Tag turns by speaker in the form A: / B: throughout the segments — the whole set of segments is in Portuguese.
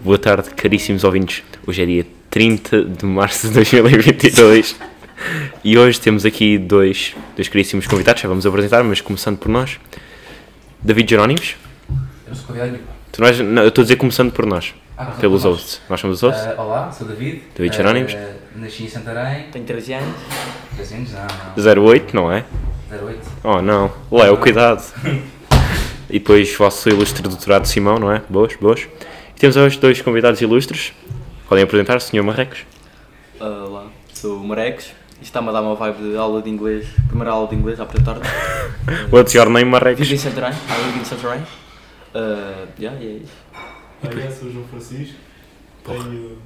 A: Boa tarde, caríssimos ouvintes. Hoje é dia 30 de março de 2022 e hoje temos aqui dois, dois caríssimos convidados. Já vamos apresentar, mas começando por nós, David Jerónimos.
B: Eu não sou convidado nenhum.
A: Tu não és- não, eu estou a dizer começando por nós,
B: Ah, começando
A: pelos
B: por nós.
A: hosts. Nós somos os hosts.
B: Ah, olá, sou David.
A: David
B: Ah,
A: Jerónimos.
B: nasci em Santarém.
C: Tenho 13 anos.
B: 300, não, não.
A: 08, não é?
B: 08.
A: Oh não, Léo, cuidado. e depois o vosso ilustre doutorado Simão, não é? Boas, boas. E temos hoje dois convidados ilustres. Podem apresentar, Sr. Marrecos.
C: Olá, Ah, sou o Marecos. Isto está-me a dar uma vibe de aula de inglês, primeira aula de inglês à tarde.
A: What's your name,
C: Vivo em
A: Marrecos?
C: Santarém, Ah, I live in Santarém. Uh, yeah, e é isso.
D: Olá, é, sou o João Francisco, tenho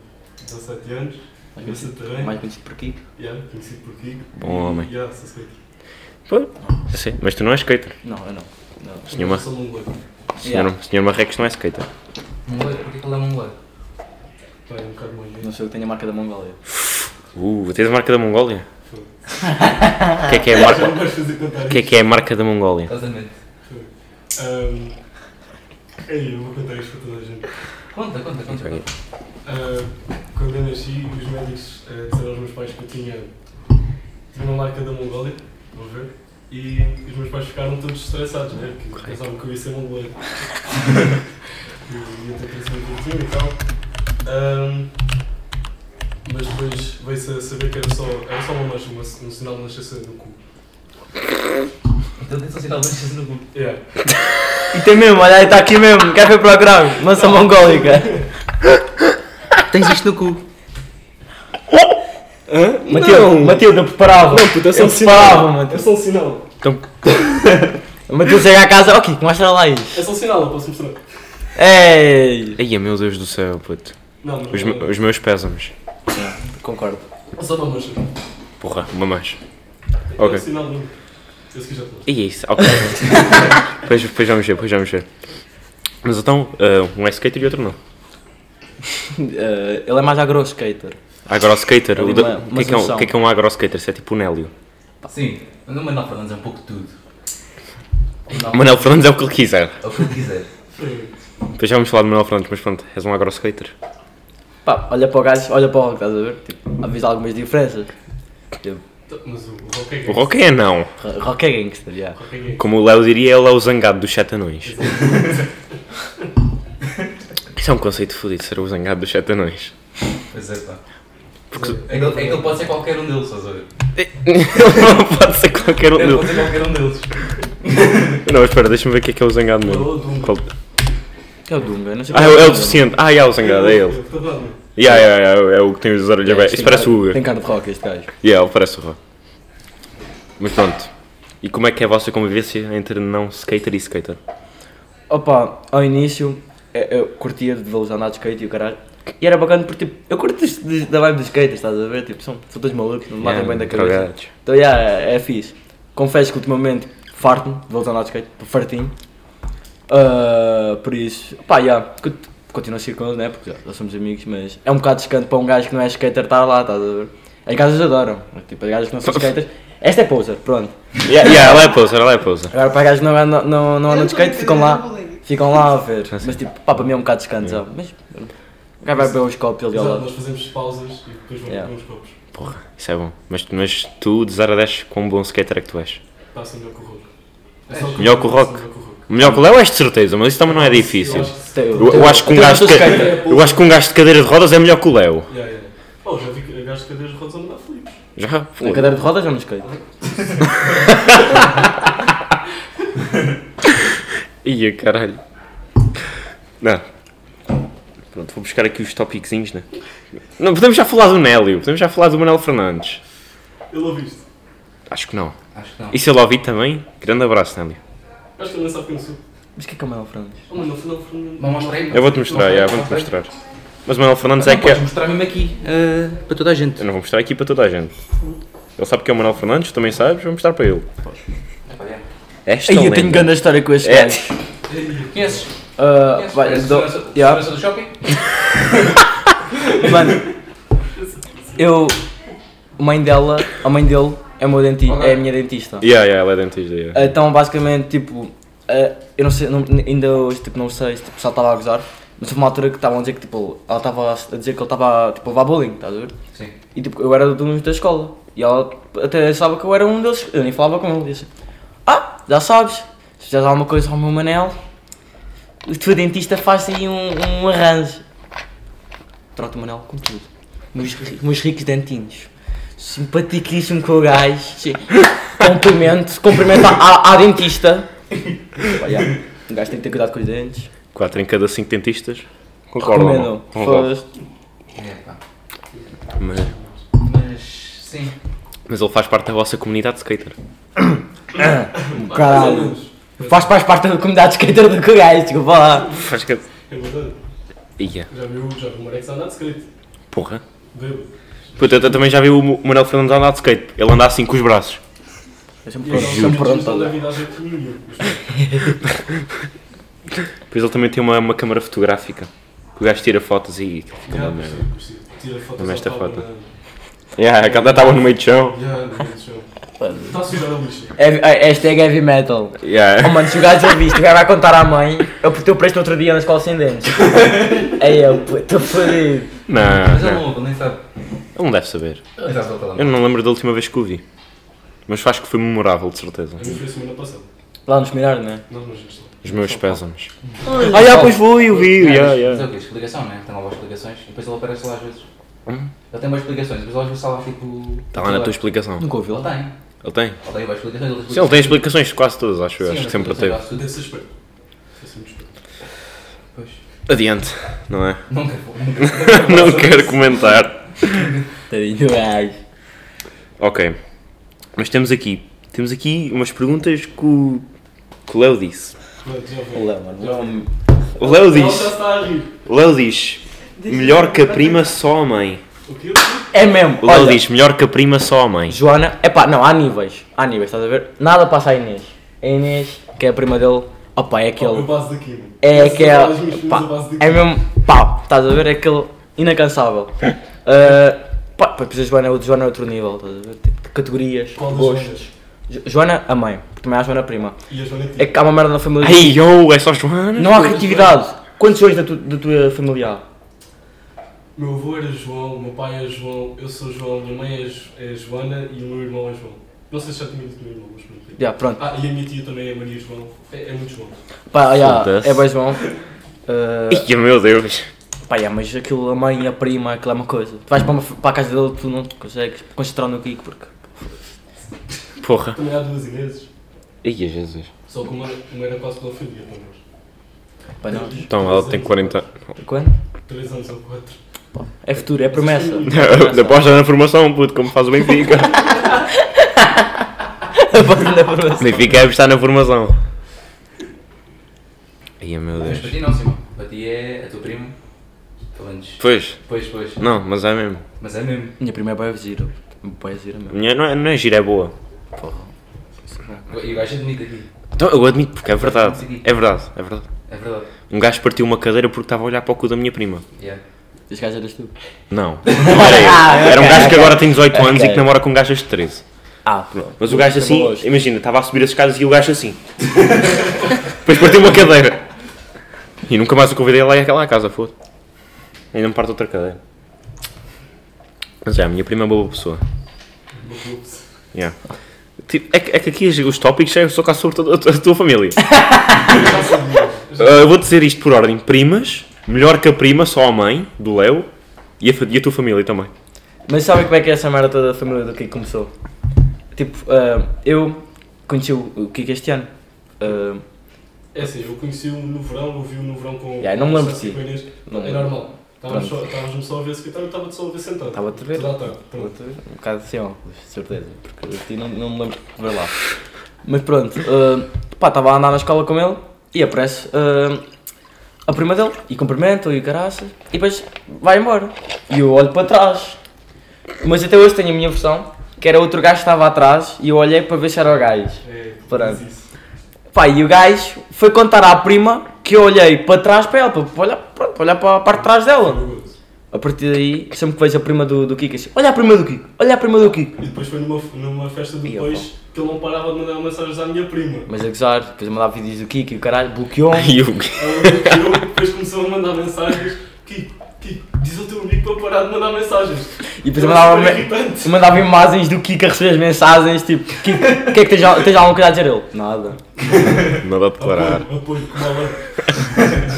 D: 17
C: Mais
D: anos, vivo em
C: conhecido,
D: Santarém,
C: mais conhecido por Kiko?
D: yeah, conhecido por Kiko.
A: Bom homem.
D: Yeah, sou skater.
A: Pô, eu sei, mas tu não és skater.
C: Não, eu não. não.
A: Senhor Mar-
D: Sou mongoleiro.
A: Senhor, senhor Marrecos não é skater.
B: Mongoleiro, porquê que ele é mongoleiro?
D: Pá, é um bocado
C: Não
D: mongoleiro.
C: sei, eu tenho a marca da Mongólia.
A: Uh, tens a marca da Mongólia? O que é que é a
D: Já
A: marca,
D: não vais fazer contar
A: o que é, que é a marca da Mongólia?
B: Casamento.
D: isto. Ahm, ei, eu vou contar isto para toda a gente.
B: Conta, conta, conta.
A: Ok.
B: conta.
D: Ah, quando eu nasci, os médicos ah, disseram aos meus pais que eu tinha, tinha uma marca da Mongólia, vão ver, e os meus pais ficaram todos estressados, né? Porque pensavam que eu ia ser mongoleiro. e ia ter crescido um pouquinho e tal. Ahm, mas depois veio-se a saber que era só, era só uma mancha, uma- um sinal de nascença no cu.
B: Então tem só sinal de nascença no cu.
D: Yeah.
C: E tem mesmo, olha, está aqui mesmo. Quer ver procurar? Mansa mongólica. Tens isto no cu. Hã? Matilda, Matilda preparava. Não, puta, eu preparava,
D: É
C: Matilda.
D: só um sinal.
A: Então,
C: Matilda chega à casa, ok, mostra lá isto.
D: É só um sinal, eu posso mostrar.
C: Ei!
A: ai meu Deus do céu, puto.
D: Não, mas
A: Os, me- os meus pésames.
C: Concordo.
D: é só uma mancha.
A: Porra, uma mancha.
D: É
A: Ok.
D: um sinal de... Eu se quiser te mostro.
A: E é isso, ok. depois, depois vamos ver, depois vamos ver. Mas então, ah, um é skater e outro não.
C: Eh, ele é mais agro-skater.
A: Agroskater, o
C: Ali
A: da- o
C: uma-
A: que
C: uma
A: é que é um- o
C: solução.
A: que é que é um agroskater? Se é tipo o Nélio.
B: Sim, mas o Manuel Fernandes é um pouco de tudo.
A: O Manuel Fernandes é o que ele quiser.
B: É o que ele quiser.
A: Depois já vamos falar do Manuel Fernandes, mas pronto, és um agroskater.
C: Pá, olha para o gajo, olha para o rock, estás a ver? Tipo, avisa algumas diferenças.
D: Mas o, o rock é
A: O Rock é não.
C: Ro- Rock é gangster, já.
D: Rock é gay.
A: Como o Léo diria, ele é o zangado dos chatanões. Isso é um conceito fodido, ser o zangado dos chatanões.
B: Pois é, pá.
A: Porque-
B: É que, ele- é que ele pode ser qualquer um deles, estás a ver?
C: É.
A: não pode ser qualquer um.
B: Ele
A: Não,
B: pode ser qualquer um deles.
A: não espera, deixa-me ver o que é que é o zangado mesmo.
D: Ou do-
A: Qual-
C: É o Dunga, não sei
A: Ah, é, o-
C: qual
A: é o
C: Dunga.
A: deficiente. Ah, é o zangado, é ele.
D: Tá bom.
A: Yeah, yeah, yeah, é o- é o que tem os olhos
C: É,
A: abertos.
C: tem
A: Isso parece o
C: cara-
A: Uga.
C: Tem cara de rock este gajo.
A: Yeah, ele parece o Ró. Mas pronto. E como é que é a vossa convivência entre não skater e skater?
C: Opa, ao início eu, eu curtia de vê-los andar de skate e o caralho. E era bacana porque tipo, eu curto isto de- da vibe dos skaters, estás a ver? Tipo, são, são todos malucos, não me batem bem da cabeça.
A: drogados.
C: Então, yeah, é, é fixe. Confesso que ultimamente farto-me de voltar a andar de skate, tô fartinho. Ah, por isso, pá, yeah, cu- continuo a ser com eles, né? Porque já, já somos amigos, mas é um bocado escanto para um gajo que não é skater estar lá, estás a ver? As gajas adoram, tipo, as gajas que não são skaters. Esta é poser, pronto.
A: Yeah, yeah, ela é poser, ela é poser.
C: Agora para gajos que não, andam- não, não andam de skate, ficam lá, ficam lá a ver. Mas tipo, pá, para mim é um bocado escanto, sabe? Mas, o gajo vai beber os copos ali ao
D: Exato,
C: lado.
D: nós fazemos pausas e depois vamos
C: Yeah.
D: yeah. uns copos.
A: Porra, isso é bom. Mas, mas tu, de 0 a 10, quão bom skater é que tu és?
D: Está-se melhor que o rock. É
A: Melhor que o rock? Melhor que o Léo és de certeza, mas isso também não é difícil. Eu, eu acho que um
C: Então,
A: gajo
C: eu
A: de
C: sou
A: ca-
D: skater.
A: eu acho que um gajo de cadeira de rodas é melhor que o Léo.
D: Yeah, yeah. Oh, já vi que gajos de cadeiras de rodas a mandar flips.
A: Já?
C: Na cadeira de rodas ou no skate?
A: Ia caralho. Não. Pronto, vou buscar aqui os topiquezinhos, né? Não, podemos já falar do Nélio, podemos já falar do Manuel Fernandes.
D: Ele ouviste?
A: Acho que não.
B: Acho que não.
A: E se ele ouvir também, grande abraço, Nélio.
D: Acho que ele nem sabe quem eu sou.
C: Mas o que é que é o Manuel Fernandes?
D: Oh, mano, ele foi não Fernando.
B: Não mostra aí,
A: Eu vou-te mostrar, já, vou-te mostrar. Mas o Manuel Fernandes é
B: Não
A: que
B: podes
A: é...
B: mostrar mesmo aqui, ah, para toda a gente.
A: Eu não vou mostrar aqui para toda a gente. Ele sabe que é o Manuel Fernandes, tu também sabes, vou mostrar para ele. É Esta
C: Ei, eu
A: lenda.
C: tenho grande história com este
A: É.
C: gajo.
B: Conheces?
C: Ah,
B: Conheces?
C: vai,
B: Conheces
C: dou-
B: a segurança-
C: yeah.
B: segurança do shopping?
C: Mano, eu. A mãe dela, a mãe dele é, o meu denti
B: Ok.
C: é a minha dentista.
A: Yeah, yeah, ela é dentista, yeah.
C: ah, Então, basicamente, tipo, eh, eu não sei, não- ainda hoje tipo, não sei se tipo, só estava a gozar, Mas houve uma altura que estavam a dizer que tipo, ela estava a dizer que ele estava tipo, a levar bullying, estás a ver?
B: Sim.
C: E tipo, eu era de um da escola. E ela até sabia que eu era um deles. Eu nem falava com ele. Disse: Ah, já sabes, se fizeres alguma coisa ao meu Manel, o teu dentista faz aí um, um arranjo. Trata o Manel com tudo. Meus, ri- meus ricos dentinhos. Simpaticíssimo com o gajo. Sim. Cumprimento, cumprimento à, à dentista. Pá, já. O gajo tem que ter cuidado com os dentes.
A: 4 em cada 5 dentistas. Concordo. ou
C: Recomendam.
A: não? Concordo.
C: Foda-se.
B: É, pá.
A: Mas,
B: Mas, sim.
A: mas ele faz parte da vossa comunidade de skater.
D: Mais ou
C: Caralho.
D: menos.
C: Faz, faz parte da comunidade de skater do que o gajo, desculpa lá.
A: Faz que.
D: É verdade.
A: Ia,
D: Já viu, já viu o Marex andar de skate.
A: porra.
D: Bebo.
A: Puta, eu t- também já vi o Mo- Manuel Fernandes andar de skate. Ele anda assim com os braços.
D: E agora
A: Juro.
D: os
C: É Pronto, tá
D: vídeos não
C: olha.
D: devem dar jeito nenhum.
A: Depois ele também tem uma, uma câmara fotográfica. Que o gajo tira fotos e aquilo fica uma
D: Já,
A: merda.
D: percebo, percebo. Tira fotos
A: Dá-me esta
D: ao cabo
A: foto.
D: na-
A: Yeah, aquela tábua no meio do chão.
D: Já, no meio do chão. Está a sujar a lixa.
C: Heavy- ah, Hashtag heavy metal. Oh
A: Yeah.
C: mano, se o gajo ouvir isto, o gajo vai contar à mãe. Eu porque eu presto outro dia na escola sem dentes. Aí eu, estou fodido.
A: Não,
B: Mas ele
A: não,
B: não ouve, ele nem sabe.
A: ele não deve saber.
B: Exato, ele está lá.
A: Eu não lembro da última vez que o vi. Mas acho que foi memorável, de certeza.
D: A mim foi a semana passada.
C: Lá nos mirar, não é?
D: Nós não gestão.
A: Os meus pésames.
C: Ah, já, pois
A: foi, eu vi.
B: Mas-
A: Yeah,
B: Mas é
A: yeah.
B: o quê? Explicação, né? Tem lá boas explicações. E depois ele aparece lá às vezes.
A: Hum?
B: Ele tem boas explicações. Depois às vezes está lá tipo.
A: Está Tá lá na tua explicação.
C: Nunca ouvi
B: Ele
C: lá.
B: tem.
A: Ele tem?
B: Ele tem boas explicações.
A: Sim, ele tem explicações de quase todas, acho eu. Acho que sempre teve.
D: Deve ser esperto. Deve ser muito esperto.
B: Pois.
A: Adiante, não é?
B: Nunca vou. nunca.
A: não quero comentar.
C: Tadinho do gajo.
A: Ok. Mas temos aqui. Temos aqui umas perguntas que o. que o Léo disse.
D: Não, já foi.
C: Olá, mano.
D: Já foi.
A: O Léo
D: Ela já
A: diz.
D: está a rir.
A: Léo diz. Melhor que a prima só a mãe.
D: O quê?
C: É mesmo.
A: O Léo
C: Olha,
A: diz. Melhor que a prima só a mãe.
C: Joana, epá, não, há níveis. Há níveis, estás a ver? Nada passa a Inês. A Inês, que é a prima dele, opá, é
D: Eu
C: aquele.
D: passo daqui, mano.
C: É
D: Eu separo
C: aquele.
D: as minhas
C: Pá,
D: filhas, eu passo daqui.
C: é mesmo. Pá, estás a ver? É aquele inacansável. Ah, pá, depois a Joana, é outro- Joana é outro nível, estás a ver? Tipo, categorias,
D: Qual das
C: gostos.
D: Joanas?
C: Jo- Joana, a mãe, porque também há a Joana prima.
D: E a Joana tipo,
C: É que há uma merda na família.
A: Ai, yo, é só Joana?
C: Não há criatividade. Quantos jogos da, tu- da tua família há?
D: Meu avô era João, meu pai é João, eu sou João, minha mãe é, Jo- é Joana e o meu irmão é João. Não sei se já tinha dito meu irmão, mas pronto.
C: Já, pronto.
D: Ah, e a minha tia também é Maria João. É, é muito João.
C: Pá, já,
A: Foda-se.
C: é bem João. Ah,
A: Ai, meu Deus.
C: Pá, yeah, mas aquilo, a mãe e a prima, aquilo é uma coisa. Tu vais para, uma f- para a casa dele, tu não te consegues concentrar no Kiko porque.
A: Porra.
D: Também há duas igrejas.
A: Ai, Jesus.
D: Só que uma, uma era quase pela filha, pelo menos.
C: Pá, não.
A: Então, ela tem 40 anos.
C: Quando?
D: 3 anos ou 4.
C: Pá, é futuro, é promessa.
A: Depois já na formação, puto, como faz o Benfica.
C: Aposta na promessa.
A: Benfica é estar na formação. Ai, meu
B: Mas para
A: Deus.
B: ti não, Simão. Para ti é a tua prima. Pelo menos.
A: Pois,
B: Pois, pois.
A: não, mas é mesmo.
B: Mas é mesmo.
C: Minha prima é bem gira. Bem gira mesmo. é
A: Minha não é, não é gira, é boa.
B: E o gajo admite aqui.
A: Então, eu admito, porque é verdade. É verdade, é verdade.
B: É verdade.
A: Um gajo partiu uma cadeira porque estava a olhar para o cu da minha prima.
B: Yeah.
C: Este gajo eras tu.
A: Não. Era, eu. era um
C: Ah, ok,
A: gajo que
C: ok.
A: agora tem 18 anos e
C: Ok.
A: que namora com um gajas de 13.
C: Ah, pronto.
A: Mas o gajo assim,
C: Acabou hoje.
A: imagina, estava a subir as escadas e o gajo assim. Depois partiu uma cadeira. E nunca mais o convidei lá àquela à casa, foda Ainda me parte outra cadeira. Mas já, a minha prima é uma boa pessoa. Yeah. Tipo, é, que- é que aqui os- os tópicos é só cá sobre toda a tua- a tua família. Ah, eu vou dizer isto por ordem: primas, melhor que a prima, só a mãe, do Léo, e a, fa- e a tua família também.
C: Mas sabem como é que é essa merda toda da família do Kiko começou? Tipo, ah, eu conheci o o Kiko este ano. Ah,
D: É assim, eu conheci-o no verão, ouvi-o no verão com.
C: Yeah, não me lembro de ti.
D: com a Inês.
C: Não me
D: É
C: lembro.
D: normal. Estávamos
C: Pronto.
D: só- Estávamos-me só a ver secretário, estava-te só a ver sentado.
C: Estava-te a ver.
D: Toda a tarde.
C: Um
D: Pronto.
C: bocado sem óculos, de certeza, porque eu ti não, não me lembro de ver lá. Mas pronto, eh, pá, estava a andar na escola com ele e aparece eh, a prima dele e cumprimenta e o caraças e depois vai embora. E eu olho para trás. Mas até hoje tenho a minha versão, que era outro gajo que estava atrás e eu olhei para ver se era o gajo.
D: É,
C: Pronto.
D: diz isso.
C: Pá, e o gajo foi contar à prima que eu olhei para trás para ela, para para olhar, pronto, para, olhar para a parte de trás dela.
D: Perigoso.
C: A partir daí, sempre que vejo a prima do, do Kiko, assim, olha a prima do Kiko, olha a prima do Kiko.
D: E depois foi numa, numa festa do
C: Ia,
D: depois que ele não parava de mandar mensagens à minha prima.
C: Mas a gozar, depois eu mandava vídeos do Kiko e o caralho, bloqueou-me.
A: E o
D: Ela bloqueou, depois começou a mandar mensagens. Kiko, Kiko, diz ao teu amigo para parar de mandar mensagens.
C: E depois eu mandava,
D: Foi
C: me-
D: irritante.
C: eu mandava imagens do Kiko a receber as mensagens, tipo, Kiko, o que é que tens, al- tens alguma coisa a dizer a ele? Nada.
A: não dá para parar.
D: Apoio, apoio, como ela.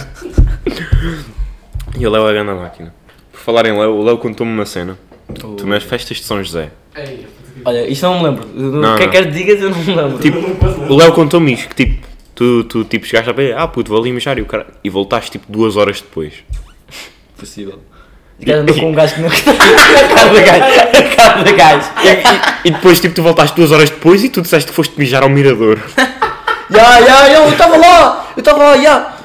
A: E o Léo é grande na máquina. Por falar em Léo, o Léo contou-me uma cena. Também as festas de São José.
D: Ei, puta que-
C: Olha, isto não me lembro. Do-
A: Não,
C: o que é
A: não.
C: que quer digas, eu não me lembro.
A: Tipo,
D: Eu não posso
A: o Léo contou-me isto, que tipo, tu, tu tipo, chegaste a ver, ah puto, vou ali mijar e o cara... E voltaste tipo duas horas depois.
C: possível. E andou com um gajo que não. a cara do gajo, a cara do gajo.
A: E, e- e depois tipo, tu voltaste duas horas depois e tu disseste que foste mijar ao mirador.
C: Ya, ya, ya, eu estava lá, eu estava lá, ya.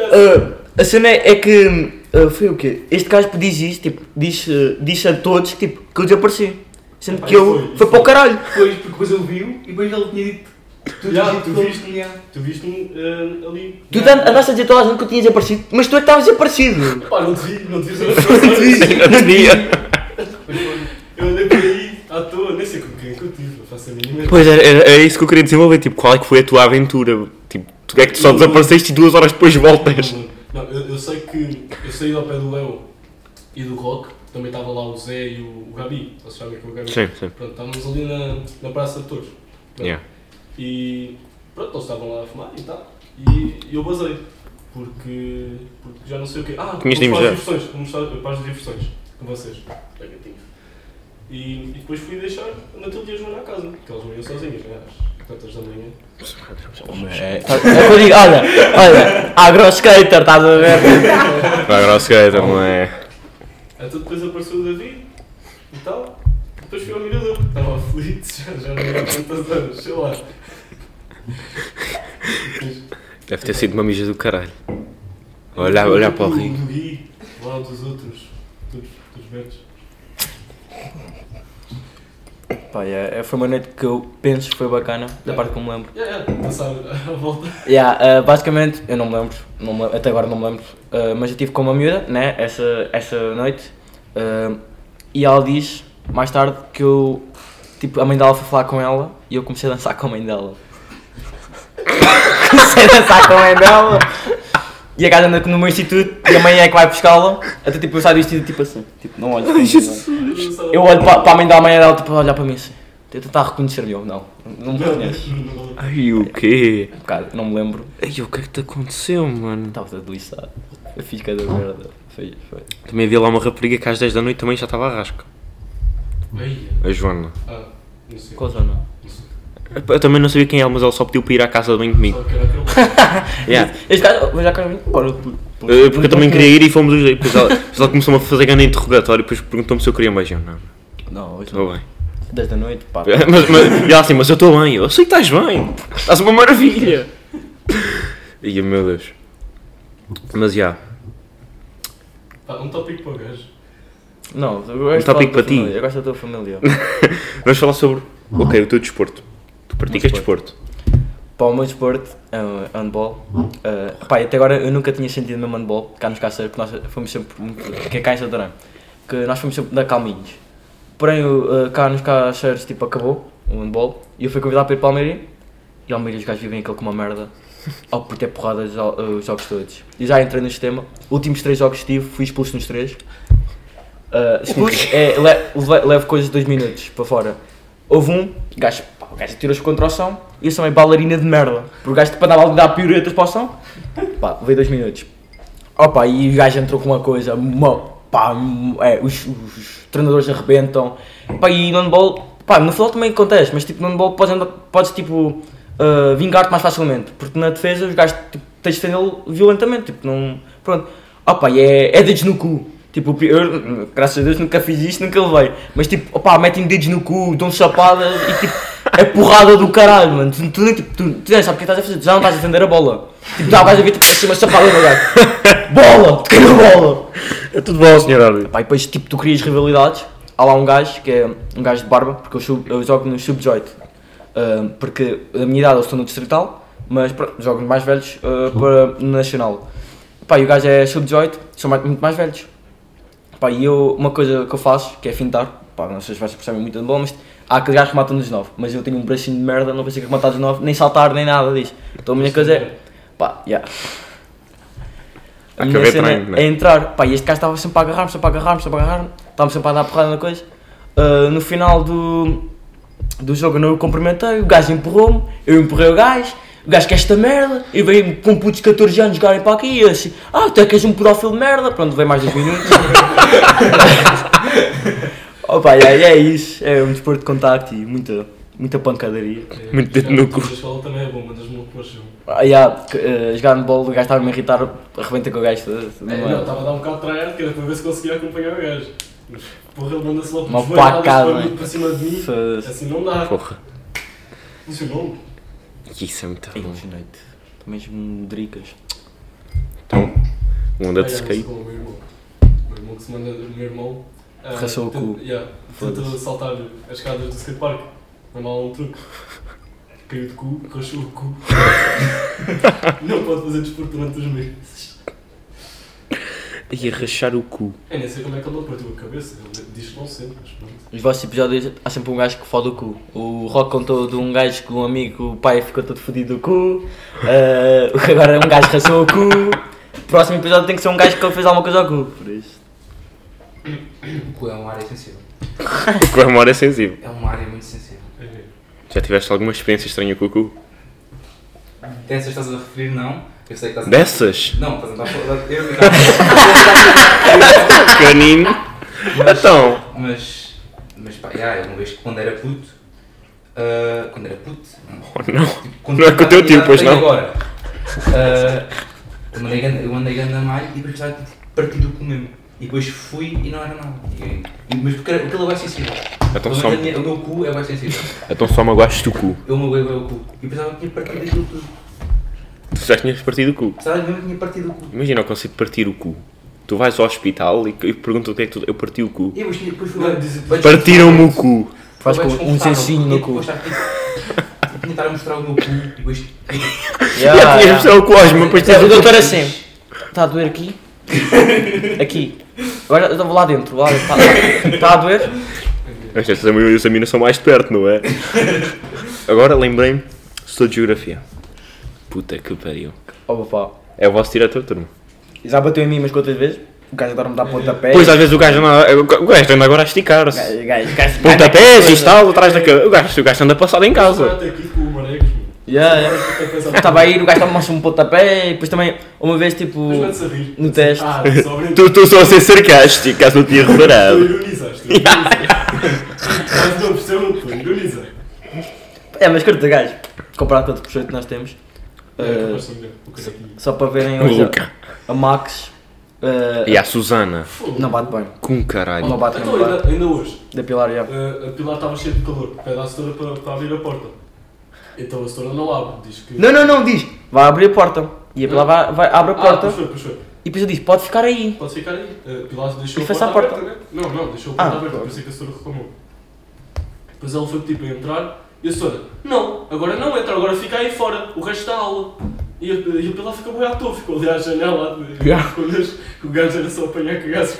C: Ah, a cena é, é que. ah, foi o quê? Este gajo diz isto, tipo, diz, ah, diz a todos tipo, que eu desapareci. Sendo
D: Epá,
C: que eu.
D: isso foi,
C: Foi,
D: isso
C: para o caralho.
B: Depois, porque depois ele viu e depois ele tinha dito. Tu
D: Já,
B: tinhas dito
D: tu
B: que ele
D: viste?
B: tinha-
D: Tu viste-me eh, ali.
C: Tu dan- andaste a dizer a toda a gente que eu tinha desaparecido, mas tu é que estavas desaparecido.
D: Pá, não te vi, não te vi. não te vi.
A: No dia.
D: Eu andei por aí à toa, nem sei com quem é que eu tive, não faço a mínima.
A: Pois era, era- era isso que eu queria desenvolver, tipo, qual é que foi a tua aventura? Tipo, tu é que tu só desapareceste e duas horas depois voltas.
D: Não, eu, eu sei que eu saí ao pé do Léo e do Rock, também estava lá o Zé e o, o Gabi, vocês sabem que é o Gabi.
A: Sim, sim.
D: Pronto, estávamos ali na, na Praça de Touros. Pronto.
A: Yeah.
D: E pronto, eles estavam lá a fumar e tal. E eu basei. Porque, porque já não sei o quê. Ah,
A: Tinhas de
D: vou para
A: mijar.
D: as diversões. Vamos para para as diversões. Com vocês. É que eu tinha. E, e depois fui deixar a Matilde e a Joana à casa. Porque elas não iam sozinhas, né? Às tantas da manhã.
C: É, que eu digo, olha, olha, agro skater, estás a ver?
A: Vai agora ao skater, não é?
D: Então depois apareceu o David e tal. Depois fui ao mirador. Estava aflito, já, já não era há tantas anos. Sei lá.
A: Deve ter sido uma mija do caralho. Olhar, olhar para o
D: Do-
A: rio.
D: Do Gui, lá dos outros. Dos, dos verdes.
C: Pá, é, é, foi uma noite que eu penso que foi bacana, da parte que eu me lembro.
D: Yeah, yeah, passar à volta.
C: Yeah, uh, basicamente, eu não me lembro, não me lembro, até agora não me lembro, uh, mas eu estive com uma miúda, né, essa, essa noite, uh, e ela diz, mais tarde, que eu, tipo, a mãe dela foi falar com ela, e eu comecei a dançar com a mãe dela. comecei a dançar com a mãe dela, e a gaja anda no meu instituto, e a mãe é que vai buscá-la, até tipo, eu saio do instituto, tipo assim, tipo, não olho para a mãe dela. Eu é olho para, para a mãe dela, a mãe dela, tipo, a olhar para mim assim, tentar reconhecer-me, eu, não, não me reconheces,
D: Não,
A: Ai, o quê?
C: um bocado, não me lembro.
A: Ai, o que é que te aconteceu, mano?
C: Estava a deslizar. Eu fiz cada merda. Foi, foi.
A: Também havia lá uma rapariga que às 10 da noite também já estava à rasca.
D: Aí,
A: A Joana.
D: ah, não sei.
C: Qual zona?
D: Não sei.
A: Eu também não sabia quem era, mas ela só pediu para ir à casa de banho comigo.
D: Só que era aquele.
A: Yeah.
C: Este gajo, mas já quero vir embora.
A: Eh, Porque eu também queria ir e fomos os dois. Depois ela, depois ela começou-me a fazer grande interrogatório e depois perguntou-me se eu queria um beijinho. Não, não,
C: Não, hoje não.
A: estou bem.
C: 10 da noite, pá.
A: Mas, mas- e ela assim, mas eu estou bem. Eu sei que estás bem. Estás uma maravilha. E eu, meu Deus. Mas já.
D: Pá, um tópico para o gajo.
C: Não, eu gosto
A: Um tópico
C: da tua
A: para ti.
C: família, Eu gosto da tua família.
A: Vamos falar sobre. Ok, o teu desporto. Tu praticas desporto.
C: Pá, o meu desporto é o handball. Uh, pá, até agora eu nunca tinha sentido mesmo handball cá nos caças, porque nós fomos sempre muito. que é cá em Santarém. Que nós fomos sempre da Calminhos. Porém, o, uh, cá nos caças, tipo, acabou o handball. E eu fui convidado para ir para Almeria. E Almeria os gajos vivem aquilo com uma merda. Ao por ter porrada os, jo- os jogos todos. E já entrei no sistema. Últimos três jogos que tive, fui expulso nos três. Uh, expulso é. Le, le- levo coisas de dois minutos para fora. Houve um, gajo, pá, o gajo tirou-se contra o som e eu também bailarina de merda. Porque o gajo tipo, andava ali a dar piruetas para o som. Pá, levei dois minutos. Opa, e o gajo entrou com uma coisa, uma, pá, é, os, os treinadores arrebentam. Pá, e no handball, pá, no futebol também acontece, mas tipo, no handball podes, andar- podes tipo, ah, vingar-te mais facilmente. Porque na defesa os gajos, tipo, tens de defendê-lo violentamente, tipo, não... Pronto. Opa, e é, é dedos no cu. Tipo, eu, graças a Deus, nunca fiz isto, nunca levei. Mas tipo, opá, metem dedos no cu, dão chapadas e tipo, é porrada do caralho, mano. Tu, tu, nem, tipo, tu, tu nem sabes o que estás a fazer, tu já não estás a defender a bola. Tipo, já vais a ver, tipo, assim, uma chapada no gajo. Bola! Toquei na bola!
A: É tudo bom, senhor árbitro.
C: Pá, e depois, tipo, tu crias rivalidades. Há lá um gajo, que é um gajo de barba, porque eu, sub- eu jogo no sub-18. Ah, porque a minha idade eu estou no distrital, mas pronto, jogo nos mais velhos ah, para no nacional. Pá, e o gajo é sub-18, são mais- muito mais velhos. Pá, e eu, uma coisa que eu faço, que é fintar, pá, não sei se vocês percebem muito de bom, mas há aqueles gajos que matam dos 9, mas eu tenho um bracinho de merda, não consigo matar dos 9, nem saltar, nem nada disso. Então a minha coisa é, pá, já.
A: Há
C: A
A: que
C: minha
A: haver
C: cena
A: treino, né?
C: é entrar, pá, e este gajo estava sempre a agarrar-me, sempre a agarrar-me, sempre a agarrar-me, estava sempre a dar porrada na coisa. Ah, no final do, do jogo eu não o cumprimentei, o gajo empurrou-me, eu empurrei o gajo, o gajo quer esta merda, e veio com putos de 14 anos jogarem para aqui e eu assim, ah, tu é que és um pedófilo de merda, pronto, veio mais 2 minutos. Opa, e aí é isso, é um desporto de contacto e muita, muita pancadaria.
A: Muito dedo no cu.
D: A escola também é bom, mandas-me uma coxa.
C: Ah, yeah, que, eh, jogar handball, o gajo estava a me irritar, arrebenta com o gajo. tá- tá-
D: É, não, estava a dar um bocado de tryhard, que era para ver se conseguia acompanhar o gajo. Mas, porra, ele manda-se logo
C: Uma
D: por joelho, olha-se
C: facada,
D: para mim,
C: né?
D: para cima de mim.
C: Foda-se.
D: Assim não dá.
A: Porra,
D: Isso não.
A: isso é muito
C: Ei,
A: bom.
C: que noite. Também me dricas.
A: Então, um andar de
D: Ah, é, mas
A: skate.
D: com O meu irmão. O meu irmão que se manda. O meu irmão. ah,
C: Arrasou o
D: tenta-
C: cu.
D: yeah, tenta
C: Foda-se.
D: saltar as escadas do skatepark. Mas não há um truque. Caiu de cu, rachou o cu. não pode fazer desporto durante os meses.
A: Ia rachar o cu.
D: Eu nem sei como é que ele não partiu a cabeça. Ele diz que não sempre, mas pronto.
C: Nos vossos episódios há sempre um gajo que fode o cu. O Rock contou de um gajo que um amigo, o pai ficou todo fodido do cu. eh, o que agora é um gajo que raçou o cu. Próximo episódio tem que ser um gajo que fez alguma coisa ao cu. Por isso.
B: O cu é uma área sensível.
A: O cu é uma área sensível.
B: É uma área muito sensível.
D: É.
A: Já tiveste alguma experiência estranha com o cu?
B: Dessas estás a referir, não? Eu sei que estás a...
A: Dessas?
B: Não, estás a dar foda. Eu não
A: Canino? Então,
B: Mas, mas pá, yeah, eu uma vez que quando era puto, ah, quando era puto,
A: oh não.
B: tipo, quando
A: Não é com o teu tio, pois
B: tenho
A: não?
B: Agora, Ah, eu mandei ganda- eu andei ganda malho e depois estava tipo, partido com mesmo. E depois fui e não era nada. E, e- mas porque era- aquilo é bem sensível.
A: Então
B: Pelo
A: só,
B: menos a minha- o meu cu é bem sensível.
A: então só magoaste o cu.
B: Eu me aguei o cu. E pensava que tinha partido aquilo tudo.
A: Tu já tinhas partido o cu.
B: Pensava mesmo que tinha partido o cu.
A: Imagina o conceito de partir o cu. Tu vais ao hospital e, e perguntam o que é que tu. Eu parti o cu.
B: E depois, depois fui
D: Não,
B: lá.
D: dizem-
A: Partiram-me o cu.
C: Faz
B: Foi
C: com
B: bem
C: um
B: desconfortável,
C: sensinho no
B: porque
C: cu.
B: Depois estava, tipo, tipo, tinha de estar a mostrar o meu cu e depois. tipo,
A: já tinhas mostrado o cu às mãos, depois tens
C: É, o
A: o
C: doutor
A: cu.
C: assim. Está a doer aqui? Aqui. Agora eu vou lá dentro. Lá dentro. Está a doer?
A: Mas Estas amigas e os amigos são mais de perto, não é? Agora lembrei-me, sou de geografia. Puta que pariu.
C: Oh, pá.
A: É o vosso diretor, turma.
C: Já bateu em mim umas quantas vezes? O gajo agora me dá pontapé.
A: Pois às vezes o gajo anda, o gajo anda agora a esticar-se.
C: Gajo, gajo, gajo.
A: Pontapés e tal, atrás da cabeça. O gajo, o gajo anda passado em
D: Eu
A: casa.
D: até aqui com o Marecos, mano.
C: Yeah, yeah.
D: Até pensava-
C: Estava a ir, o gajo estava-me a um pontapé e depois também, uma vez tipo.
D: Mas mete-se a rir.
C: No teste.
D: Ah, só
A: Tu estou só a ser sarcástico, caso não tinha
D: Tu
A: reparado.
D: ironizaste. tu ironizaste. Mas não percebo, um, tu ironiza.
C: É, mas curta, gajo, comparado com outro projeto que nós temos,
D: É,
C: eh,
D: capaz de ser o casaquinho.
C: só para verem
A: O
C: hoje
A: Luca.
C: a, a Max. eh,
A: E a Susana.
D: Fogo.
C: Não bate bem.
A: Com caralho.
C: Não bate
D: Então,
C: bem. bate.
D: ainda, ainda hoje,
C: Da Pilar, já.
D: eh, a Pilar estava cheia de calor, pede à setora para, para abrir a porta. Então a setora não abre, diz que.
C: Não, não, não, diz. Vai abrir a porta. E a Pilar vai, vai- abre a porta
D: Ah, puxou, puxou.
C: e depois ele diz: pode ficar aí.
D: Pode ficar aí. Eh, A Pilar deixou
C: E
D: a
C: foi-se
D: porta,
C: à porta.
D: aberta, né? Não, não, deixou a porta
C: Ah,
D: aberta,
C: claro.
D: por isso é que a setora reclamou. Depois ela foi tipo a entrar e a setora, não, agora não entra, agora fica aí fora, o resto da aula. E a, e a Pilar ficou bem à toa, ficou ali à janela,
C: Yeah.
D: com o gajo- que o gajo era só apanhar cagaço.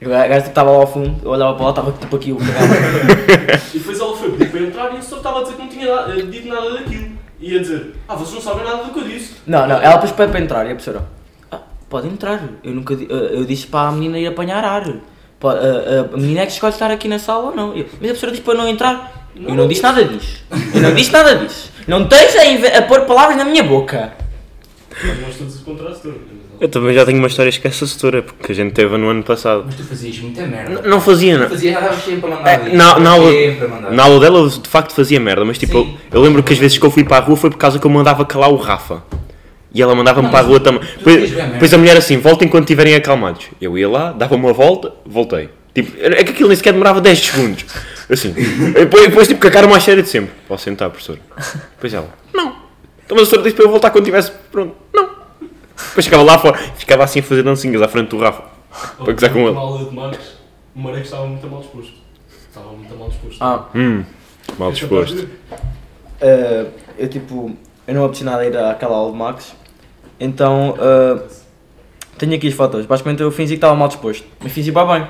C: O gajo estava lá ao fundo, eu olhava para lá, estava tipo aqui o cagado.
D: E depois ela foi pedir para entrar e a senhora estava a dizer que não tinha da- eh, dito nada daquilo. E ia dizer, ah, vocês não sabem nada do que eu disse.
C: Não, não, ela depois pede para entrar e a pessoa: ah, pode entrar. Eu nunca di- eh, eu disse para a menina ir apanhar ar. Po- eh, eh, a menina é que escolhe estar aqui na sala ou não. Eu, mas a pessoa disse para eu não entrar. eu não disse nada disso. Eu não disse nada disso. Não esteja a, inve- a pôr palavras na minha boca.
D: Mas nós todos né? contra a setora.
A: Eu também já tenho uma história escassassora, porque a gente teve no ano passado.
B: Mas tu fazias muita merda.
A: N- Não fazia,
B: Não
A: não.
B: fazia nada, estavas sempre a mandar.
A: É,
B: vir.
A: na, na aula,
B: Sempre a mandar.
A: na aula dela eu de facto fazia merda, mas tipo, eu,
B: Sim.
A: eu lembro que as vezes que eu fui para a rua foi por causa que eu mandava calar o Rafa. E ela mandava-me
B: Não,
A: para a
B: mas
A: rua
B: tu-
A: também.
B: tu
A: Pois,
B: devias ver merda.
A: pois a mulher assim, voltem quando estiverem acalmados. Eu ia lá, dava uma volta, voltei. Tipo, era- é que aquilo nem sequer demorava 10 segundos. Assim. E depois, depois tipo, com a cara mais séria de sempre. Posso sentar, professor? Depois ela, não. Então mas o senhor disse para eu voltar quando tivesse pronto. Não. Depois chegava lá fora, ficava assim a fazer dancinhas à frente do Rafa. Para gozar com ele.
D: Uma aula de Marcos, o Marek estava muito mal disposto. Estava muito mal disposto.
C: Ah,
A: Hum, mal disposto.
C: Uh, eu tipo, eu não apetecia nada ir àquela aula de Max, então uh, Tenho aqui as fotos. Basicamente eu fingi que estava mal disposto. Mas fingi para bem.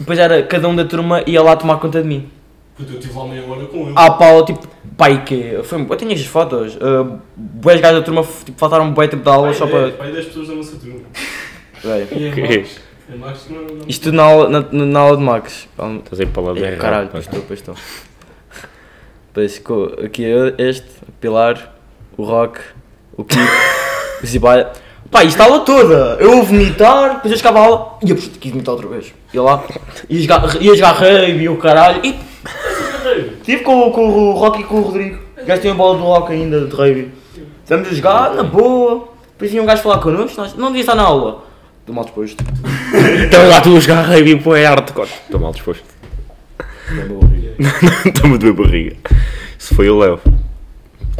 C: Depois era cada um da turma ia lá tomar conta de mim.
D: Puta, eu estive lá meia hora com ele.
C: Ah, Paulo, tipo, pai, que. Foi, eu tenho as fotos. Uh, boas gajas da turma tipo, faltaram bué tempo de aula
D: pai,
C: só
D: dez-
C: para.
D: Pai, 10 pessoas da nossa turma.
C: Véi.
D: E é
A: Ok.
D: Max. É Max que não... não-
C: Isto tudo na aula, na, na aula de Max. Pá,
A: Estás a ir para o lado
C: É,
A: errado,
C: caralho,
A: pá.
C: pois estou, pois estou. Pois ficou aqui eu, este, o Pilar, o Rock, o Kiko, o Zibalha. Pá, isto a aula toda! Eu a vomitar, depois eu chegava à aula e eu puxa, quis vomitar outra vez. Ia lá, ia jogar, ia jogar rugby e o caralho. E estive com, com o Rock e com o Rodrigo. Gastei a bola do Rock ainda de rugby. Estamos a jogar, na boa. Depois vinha um gajo falar connosco, nós não devia estar na aula. Estou mal disposto.
A: Então lá tu a jogar rugby é para o hardcore. Estou mal disposto. Estou muito bem barriga. Se foi o Léo.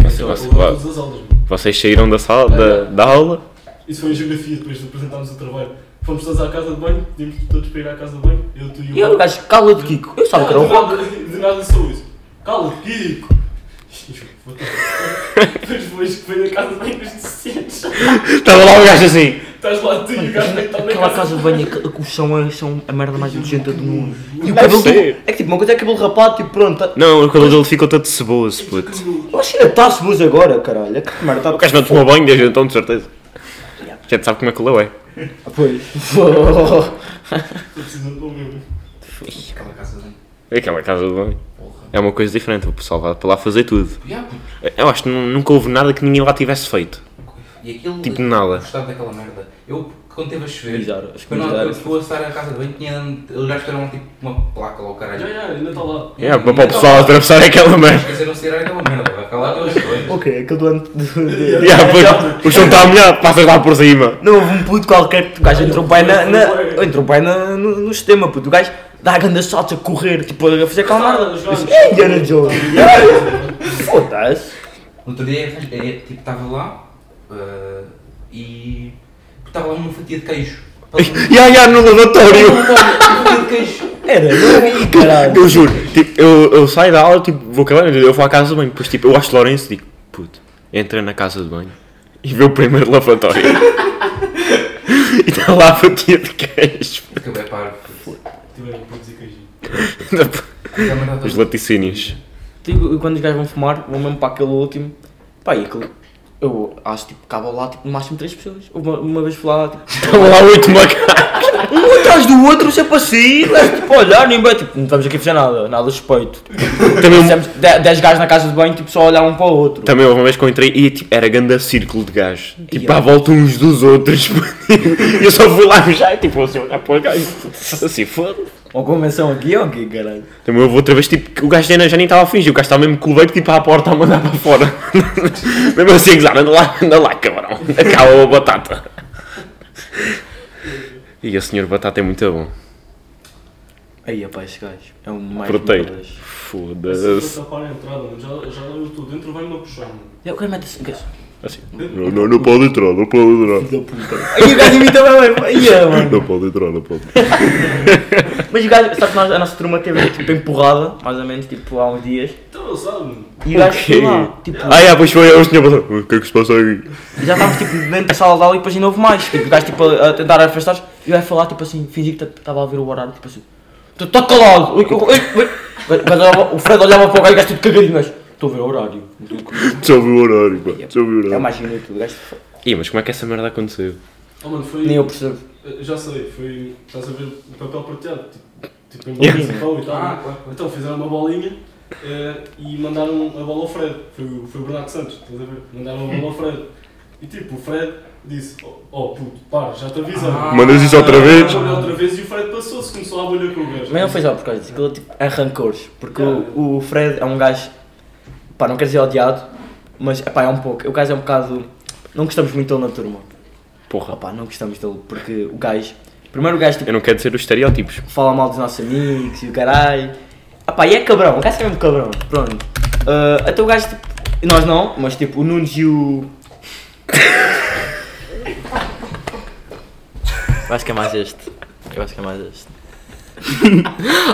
D: Isso é
A: Nossa,
D: o-
A: claro.
D: todas as aulas, mano.
A: Vocês saíram da sala, da, da aula,
D: Isso foi em geografia, depois de apresentarmos o trabalho. Fomos todos à casa de banho, pedimos todos para ir à casa de banho, eu, tu e o
C: E eu, o
D: Rock.
C: gajo, cala-te, Kiko. Eu sabia que era o
D: de
C: Rock.
D: nada, de nada sou isso. Cala-te, Kiko! Depois depois que foi na casa de banho, mas sentes.
A: estava lá o gajo assim.
D: Estás lá tu e o gajo está na
C: Aquela
D: casa.
C: casa de banho, que- que o chão é são a merda mais nojenta do mundo. E o
A: Deve
C: cabelo do-
A: ser.
C: É que tipo, uma coisa é cabelo rapado, tipo, pronto. tá-
A: Não, o cabelo dele ficou todo ceboso, puto.
C: Imagina, está-se luz agora, caralho. É que merda,
A: O
C: está.
A: gajo não tomou banho desde então, de certeza. Já te sabe como é que o Léo é.
C: Ah, Pois.
D: Estou precisando de um meu.
B: Aquela casa de
A: É aquela casa de banho.
B: porra.
A: É uma coisa diferente, o pessoal vai para lá fazer tudo.
B: Ya, puto.
A: Eu acho que nu- nunca houve nada que ninguém lá tivesse feito.
B: E aquilo.
A: Tipo nada.
B: Gostava daquela merda. Eu, quando teve a chover.
C: Bizarro, acho que
B: Quando
C: bizarro.
B: eu fui a estar à casa de banho, tinha. Eles gastaram tipo uma placa lá, o
D: Ah, Já,
B: caralho.
D: já, ainda está lá.
A: É, para para o pessoal atravessar aquela merda.
B: Esqueceram de tirar aquela merda, vai calar aquelas coisas.
C: Ok, aquele do ano.
A: Yeah, pois, o chão está molhado, passas lá por cima.
C: Não, houve um puto qualquer, o gajo entrou bem, na, na- entrou bem na- no, no sistema, puto. O gajo dá grandes saltos a correr, tipo, a fazer aquela merda. Eu disse, É Indiana Jones. Foda-se.
B: No outro dia, arranjei- eh, tipo, estava lá eh, e. Estava lá uma fatia de queijo.
A: E aí, no lavatório.
B: Uma fatia de queijo.
C: Era, não era aí, caralho.
A: Eu juro, tipo, eu, eu saio da aula, tipo, vou calar, eu vou à casa de banho, depois tipo, eu acho Lourenço e digo, puto, entra na casa de banho e vê o primeiro lavatório. e está lá a fatia de queijo.
B: Acabei a par. puto.
D: Tiveram que dizer queijinho.
B: Aquela merda
A: Os
B: toda.
A: laticínios.
C: Tipo, e quando os gajos vão fumar, vão mesmo para aquele último. Pá, e aquele. Eu acho tipo, acaba lá tipo, no máximo 3 pessoas. Uma, uma vez fui lá, tipo,
A: Estão lá oito macacos.
C: um atrás do outro, sempre assim, mas, tipo, a olhar, nem bem, tipo, não estamos aqui a fazer nada, nada suspeito.
A: Também,
C: Fizemos 10 gajos na casa de banho, tipo, só a olhar um para o outro.
A: também houve uma vez que eu entrei e tipo, era grande círculo de gajos. Tipo,
C: Yeah.
A: à volta uns dos outros. E eu só fui lá já e tipo, assim, olhar para o gajo. Assim, foda
C: Ou convenção aqui ou aqui, caralho.
A: Também houve outra vez, tipo, que o gajo ainda já nem estava a fingir, o gajo estava mesmo com o leite, tipo, à porta a mandar para fora. mesmo assim, a gozar, anda lá, anda lá, cabrão, acaba a batata. E o senhor batata é muito bom.
C: Aí, pá, esse gajo é um mais.
A: Proteína.
C: merdas.
D: Se
A: Foda-se.
D: for tapar a entrada, mano, já, já eu estou dentro, vai-me a puxar, mano.
C: Eu quero meter esse gajo.
A: Assim, não, não, não pode entrar, não pode entrar.
C: Aí o gajo imita bem, bem. Ia, é, mano.
A: Não pode entrar, não pode.
C: Mas o gajo, sabe que nós, a nossa turma teve, tipo, empurrada, mais ou menos, tipo, há uns dias.
D: Então ele sabe, mano.
C: E o gajo,
A: Ok.
C: okay. lá, tipo.
A: Ah, é, pois foi, o senhor batata. O que é que se passa aqui?
C: E já estávamos tipo dentro da sala de aula e depois ainda houve mais. Tipo, o gajo tipo, a a tentar afastar-se e vai falar tipo assim, fingir que estava a ouvir o horário, tipo assim. "Tu Tá calado! Ui, ui, ui, ui." O gajo olhava- O Fred olhava para o gajo e o gajo tudo cagadinho, mas estou a ver o horário.
A: Já ouviu o horário, pá, já ouviu o
C: É
A: horário.
C: mais inútil, o gajo.
A: Ih, mas como é que essa merda aconteceu?
D: Oh, mano, foi.
C: Nem eu percebo.
D: Já sei, foi. Estás a ver o papel prateado? Tipo, tipo em
A: Yeah.
D: bolinha, pão e tal.
B: Ah,
D: né?
B: claro, claro.
D: Então fizeram uma bolinha eh, e mandaram a bola ao Fred. Foi, o- foi o Bernardo Santos, estás a ver? Mandaram a bola ao Fred. E tipo, o Fred disse: Oh, oh puto, para, já te avisaram.
B: Ah.
A: Mandas isso outra vez?
D: Olhou outra vez e o Fred passou-se, começou a bolhar com o gajo.
C: Mas não foi só por causa disso, aquilo tipo arrancores. Porque o, o Fred é um gajo. pá, não quer dizer odiado, mas pá, é um pouco. O gajo é um bocado. não gostamos muito dele na turma.
A: Porra,
C: Opá, não gostamos dele porque o gajo. primeiro o gajo tipo.
A: eu não quero dizer os estereótipos.
C: fala mal dos nossos amigos e o caralho. Ah pá, e é cabrão, o gajo é mesmo cabrão, pronto. Ah, até o gajo, tipo, nós não, mas tipo, o Nunes e o... Eu acho que é mais este. Eu acho que é mais este.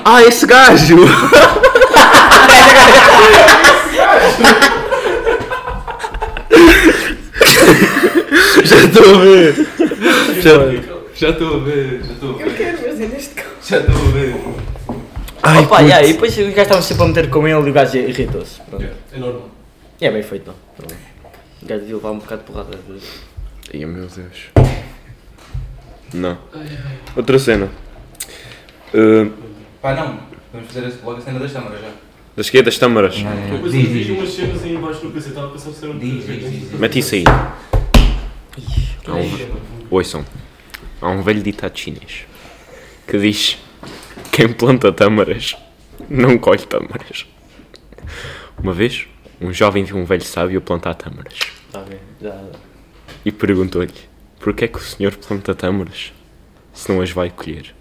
A: Ah, esse gajo! Já estou a ver.
B: Já estou a ver, já estou a
E: Eu
B: ver.
E: quero fazer neste carro.
B: Já estou a ver.
A: Ai,
C: Opa,
A: puto.
C: yeah, e depois os gajos estavam sempre a meter com ele e o gajo irritou-se. Pronto.
D: É normal.
C: E é bem feito, não. Pronto. O gajo devia levar um bocado de porrada. às vezes.
A: Ai, meu Deus. Não. Outra cena. Uh,
B: Pá, não. Vamos fazer a- logo a cena das câmaras já.
A: das que é das tâmaras.
B: Ah,
D: Depois eu vi umas cenas aí embaixo no PC, estava a pensar se um eram
B: Diz, diz, diz, diz.
A: Mete isso aí. Há um, ouçam. Há um velho ditado chinês que diz: Quem planta tâmaras não colhe tâmaras. Uma vez, um jovem viu um velho sábio plantar tâmaras
C: Está bem, tá já. já.
A: e perguntou-lhe: Porquê é que o senhor planta tâmaras se não as vai colher?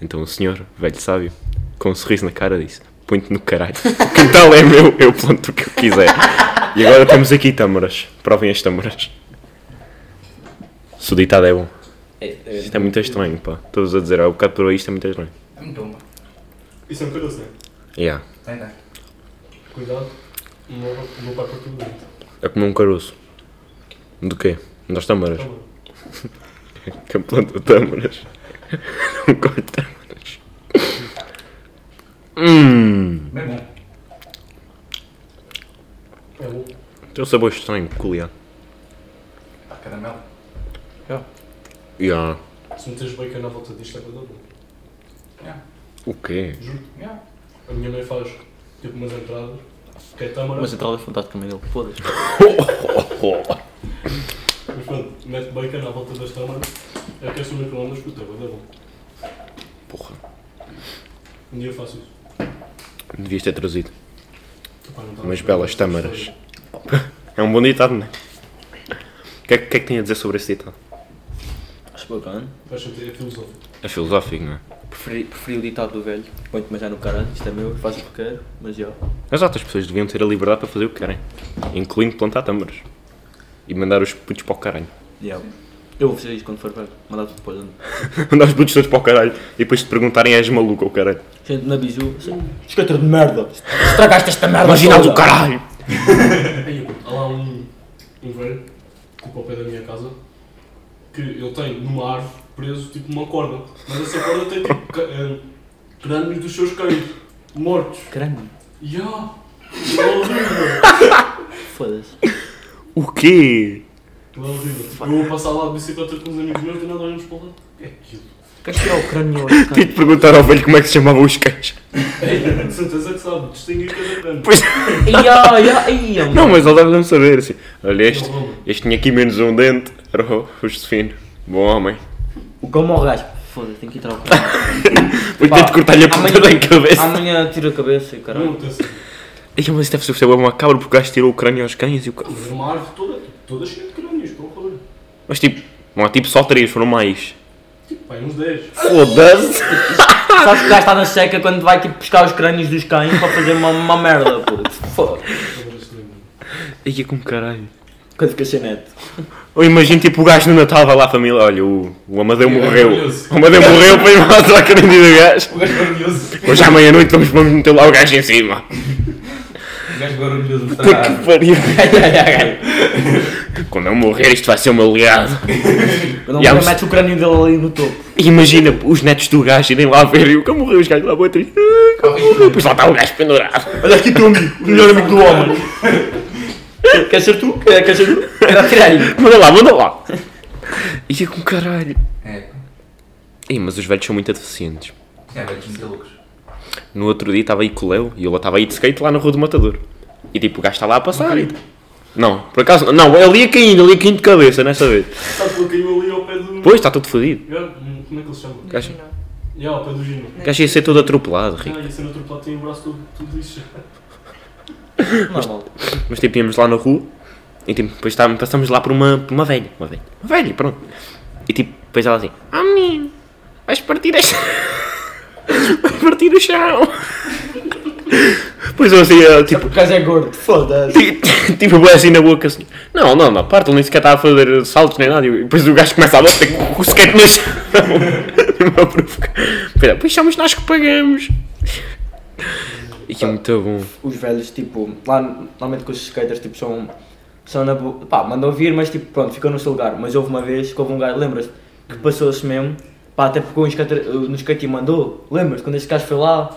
A: Então o senhor, velho sábio, com um sorriso na cara, disse: Põe-te no caralho, o quintal é meu, eu planto o que eu quiser. E agora temos aqui tâmaras, provem as tâmaras. Se o ditado é bom.
C: É, é,
A: Isto é muito estranho, pá. Estou-vos a dizer, há um bocado por aí isto é muito estranho.
B: É muito bom, pá.
D: Isso é um caroço, né?
A: Yeah.
B: Tá, tá.
D: Cuidado, o meu o meu pai partiu muito.
A: É como um caroço. Do quê? Das tâmaras.
D: Calma.
A: Quem planta tâmaras. Não colhe tâmaras. Hum.
B: Bem bom.
D: É bom.
A: Tem um sabor estranho, peculiar.
B: Pá, caramelo.
A: Yeah.
D: Se meteres bacon na volta disto é coisa boa.
B: Yeah.
A: O quê?
D: Juro.
B: Yeah.
D: A minha mãe faz tipo umas entradas, que é tâmara,
C: Mas
D: mas,
C: a tralha é fantástica, mas ele foda-se.
D: pronto, mete bacon à volta das tâmaras, aquece o micro-ondas, puta, é bom.
A: Porra.
D: Um dia eu faço isso.
A: Devias ter trazido.
D: Epá, não tá estava a
A: Umas
D: esperar
A: belas
D: esta
A: tâmaras.
D: história.
A: É um bom ditado, não é? O que é que, que é que tem a dizer sobre esse ditado?
C: Acho bacana.
D: Acho que é filosófico.
A: É filosófico, não é?
C: Preferi, preferi o ditado do velho. Põe-te mais já no caralho, isto é meu, eu faço o que quero, mas já.
A: As outras pessoas deviam ter a liberdade para fazer o que querem. Incluindo plantar tâmaras. E mandar os putos para o caralho.
C: Yeah. Eu vou fazer isso quando for velho, mandar-te depois. Ando.
A: Andar os putos todos para o caralho e depois te perguntarem és maluco ou caralho.
C: Gente, na biju, assim, esquetra de merda. Estragaste esta merda.
A: Vaginal
C: toda.
A: do caralho!
D: Aí, há lá um, um velho, tipo ao pé da minha casa, que ele tem numa árvore preso tipo uma corda. Mas essa corda tem tipo ca- eh, crânios dos seus cães, mortos.
C: Caramba,
D: Ya! Não é horrível!
C: foda-se.
A: O quê?
D: Não é horrível. Eu vou passar lá de bicicleta com uns amigos meus e nada olhamos para lá. O que é aquilo?
C: O que é o crânio?
A: Tive de perguntar ao velho como é que se chamavam os cães.
D: Ei, de certeza que sabe, distinguir cada crânio.
A: Pois-
C: Ia, ia, ia, mano.
A: Não, mas ele deve-me saber assim. Olha este,
D: Não, não.
A: este tinha aqui menos um dente. Era o o Josefino. Bom homem.
C: O como ao gajo. Foda-se, tenho que ir tirar o crânio.
A: Vou ter de cortar-lhe a puta da cabeça.
C: Amanhã tiro a cabeça e caralho.
D: Não, tem assim. certeza.
A: Ei, mas isso deve ser ser uma cabra porque o gajo tirou o crânio aos cães e o ca-
D: Mas é Uma árvore toda, toda cheia de crânios, com horror.
A: Mas tipo, não há tipo só três, foram mais.
D: Tipo, pai, uns 10.
A: Foda-se! Tá.
C: Sabes que o gajo está na seca quando vai tipo pescar os crânios dos cães para fazer uma, uma merda, puto. Foda.
A: Ei, como é caralho.
C: Quando fica sem neto.
A: Eu imagino tipo o gajo no Natal, vai lá a família, olha, o, o Amadeu
D: É
A: morreu.
D: maravilhoso.
A: O Amadeu morreu para ir matar a crânio do gajo.
B: O gajo barulhoso.
A: Hoje à meia-noite vamos, vamos meter lá o gajo em cima.
B: O gajo barulhoso
A: Puta
B: mostrar a
A: que
B: árvore.
A: pariu. Quando eu morrer isto vai ser o meu legado.
C: Quando
A: Yeah,
C: yeah,
A: mas-
C: mete o crânio dele ali no topo.
A: E Imagina os netos do gajo irem lá ver e o que morreu os gajos lá vão triste. Ah, que morreu. Pois lá está o gajo pendurado. Olha aqui teu amigo, o melhor amigo do homem.
C: Quer ser tu? Quer, quer ser tu? Quer tirar-lhe.
A: Manda lá, manda lá. E eu com caralho.
B: É, pá.
A: Ei, mas os velhos são muito deficientes.
B: É, velhos muito loucos.
A: No outro dia estava aí com o Leo e eu estava aí de skate lá na Rua do Matador. E tipo, o gajo está lá a passar. e- Não, por acaso, não, ele ia caindo, ele ia caindo de cabeça nessa vez.
D: Sabe que ele caiu ali ao pé do.
A: Pois, está tudo fodido.
D: Ya, Como é que ele se chama?
A: O gajo,
E: Não.
D: Ya, ao pé do Gino.
A: o gajo ia ser todo atropelado, rico.
D: Ah, ia ser atropelado, tem o braço todo, todo lixo.
C: Normal.
A: Mas tipo, íamos lá na rua e tipo, depois tá- passamos lá por uma, por uma velha, uma velha, uma velha, pronto. E tipo, depois ela assim, ah menino, vais partir a chão, vais partir o chão. Pois eu assim, eu, tipo,
C: O gajo é gordo. Foda-se.
A: ti- tipo, bué assim na boca assim, não, não, não, parte, ele nem sequer está a fazer saltos nem nada. E depois o gajo começa a bater com o skate no chão. Uma provoca- Pois é, Pois somos nós que pagamos. E que é muito bom.
C: Os velhos, tipo, lá normalmente com os skaters, tipo, são. são na boa. Pá, mandam vir, mas tipo, pronto, ficou no seu lugar. Mas houve uma vez que houve um gajo, lembras-te, que
D: Uhum.
C: passou-se mesmo, pá, até pegou um skate, no skate e mandou. Lembras-te, quando esse gajo foi lá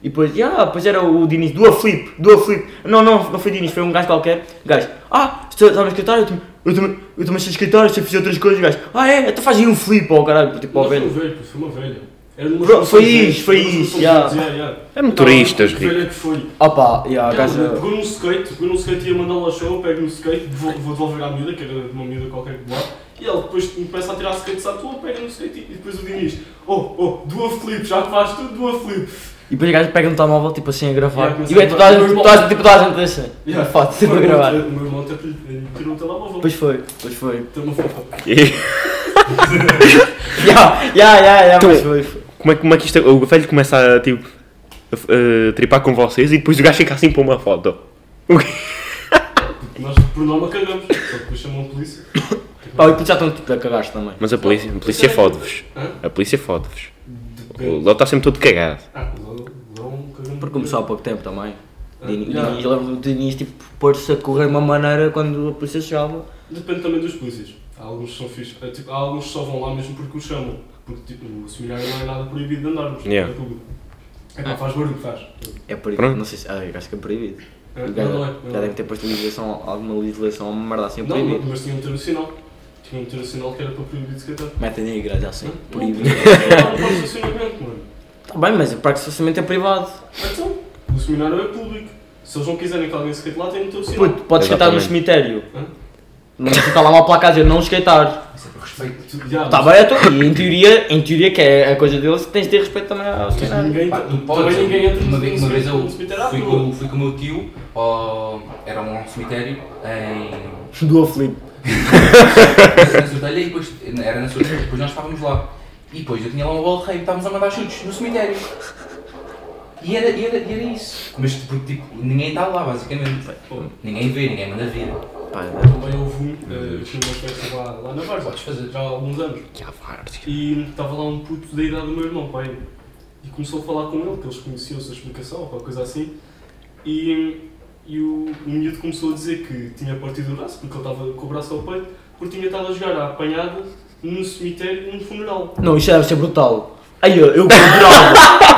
C: e depois, ah, pois era o Diniz, do Aflip, do Aflip. Não, não, não foi Diniz, foi um gajo qualquer. Gajo, ah, está está no escritório, eu também- eu também, eu também sei escritório, sei fazer outras coisas, gajo. Ah, é, então faz aí um flip, ó caralho, tipo, ao
D: Não, foi um
C: velho.
D: velho, pô, foi uma velha. Era numa
C: Bro,
D: solução
C: foi
D: de velhos,
C: isso, foi
D: numa
C: isso,
D: solução de
C: já. É
D: velhos, já, já.
A: Eram turistas,
D: Não, que
A: Rico.
D: velha que foi.
C: Ah pá, yeah,
D: Ela
C: gajo.
D: pegou num um skate, pegou num skate e ia mandá-la ao chão, eu pego no skate, vou, vou devolver à miúda, que era de uma miúda qualquer que lá, e ela depois começa a tirar skates à tua, pega no skate e depois o Diniz, oh, oh, duas flip, já que faz tudo, duas flip.
C: E depois o gajo pega no telemóvel, tipo assim, a gravar.
D: Yeah, é
C: e o gajo, tipo, toda a gente- toda
D: começa a-
C: a gente- tipo, toda a gente deixa.
D: Yeah.
C: Uma foto, sempre
D: O
C: a
D: meu irmão-
C: gravar.
D: O meu irmão até lhe tirou o telemóvel.
C: Pois foi, pois foi.
D: Tem uma foto.
C: Ya, ya, ya, ya,
A: Então-
C: mas foi. foi.
A: Como é, que- como é que isto. O velho começa a tipo. a f- a tripar com vocês e depois o gajo fica assim para uma foto.
D: Nós por norma cagamos, só que depois chamam a polícia.
C: Pá, e depois já estão tipo a cagar-se também.
A: Mas a polícia, a polícia fode-vos.
D: Hã?
A: A polícia fode-vos. O
D: Depende.
A: Léo está sempre todo cagado.
D: Ah, o Lão- o Lão é um cagão.
C: Porque começou há pouco tempo também.
D: Ah,
C: Diniz,
D: já.
C: Diniz, lembro do Diniz, tipo, pôr-se a correr de uma maneira quando a polícia chegava.
D: Depende também dos polícias. Há alguns que são fixos. É, tipo, há alguns que só vão lá mesmo porque os chamam. Porque tipo, o seminário não é nada proibido de andarmos.
A: Yeah.
D: É público. É pá, faz barulho, faz.
C: É proibido,
A: Pronto.
C: não sei se. Ah, eu acho que é proibido.
D: É,
C: O
D: não,
C: gajo-
D: não é.
C: já
D: Não,
C: deve ter posto legislação, alguma legislação, uma merda assim, é
D: não,
C: proibido.
D: mas tinham de ter o sinal. Tinham de ter o sinal que era para proibir de sequer.
C: Metem na igreja assim,
D: Não,
C: proibido.
D: Não, não pode estacionamento, mano.
C: Tá bem, mas o parque de estacionamento é privado.
D: Então, o seminário é público. Se eles não quiserem que alguém se queite lá, tem de ter o sinal.
C: Puto, podes skatear no
A: Exatamente.
C: cemitério.
D: Hã?
C: Mas está lá uma placa a dizer não skatear.
B: Isso é por respeito.
D: Tu- já,
C: Tá bem, é tu. E em teoria, em teoria, que é a coisa deles, tens de ter respeito também ao
D: mas
C: cemitério.
D: ninguém,
B: Pá, tu
D: também
B: podes.
D: ninguém entra
B: uma,
D: no-
B: vez, uma
D: no-
B: vez eu
D: no cemitério à
B: fui
D: toa.
B: com, fui com o meu tio, ao- era um cemitério em
C: Do aflip.
B: na Sortelha e depois era na Sortelha, depois nós estávamos lá. E depois eu tinha lá uma bola de rei, estávamos a mandar chutes no cemitério. E era, e era, e era isso. Mas porque tipo, ninguém está lá, basicamente.
D: Pô,
B: Ninguém vê, ninguém manda vir.
C: Pá,
D: Também houve um, eh, eu tinha uma festa lá, lá na Varsa,
B: Podes fazer.
D: já há alguns anos. E estava lá um puto da idade do meu irmão, pai. E começou a falar com ele, que eles conheciam-se a explicação ou qualquer coisa assim. E, e o, o miúdo começou a dizer que tinha partido o braço, porque ele estava com o braço ao peito, porque tinha estado a jogar à apanhada no cemitério, num funeral.
C: Não, isto deve ser brutal. Ai, eu, eu adorava.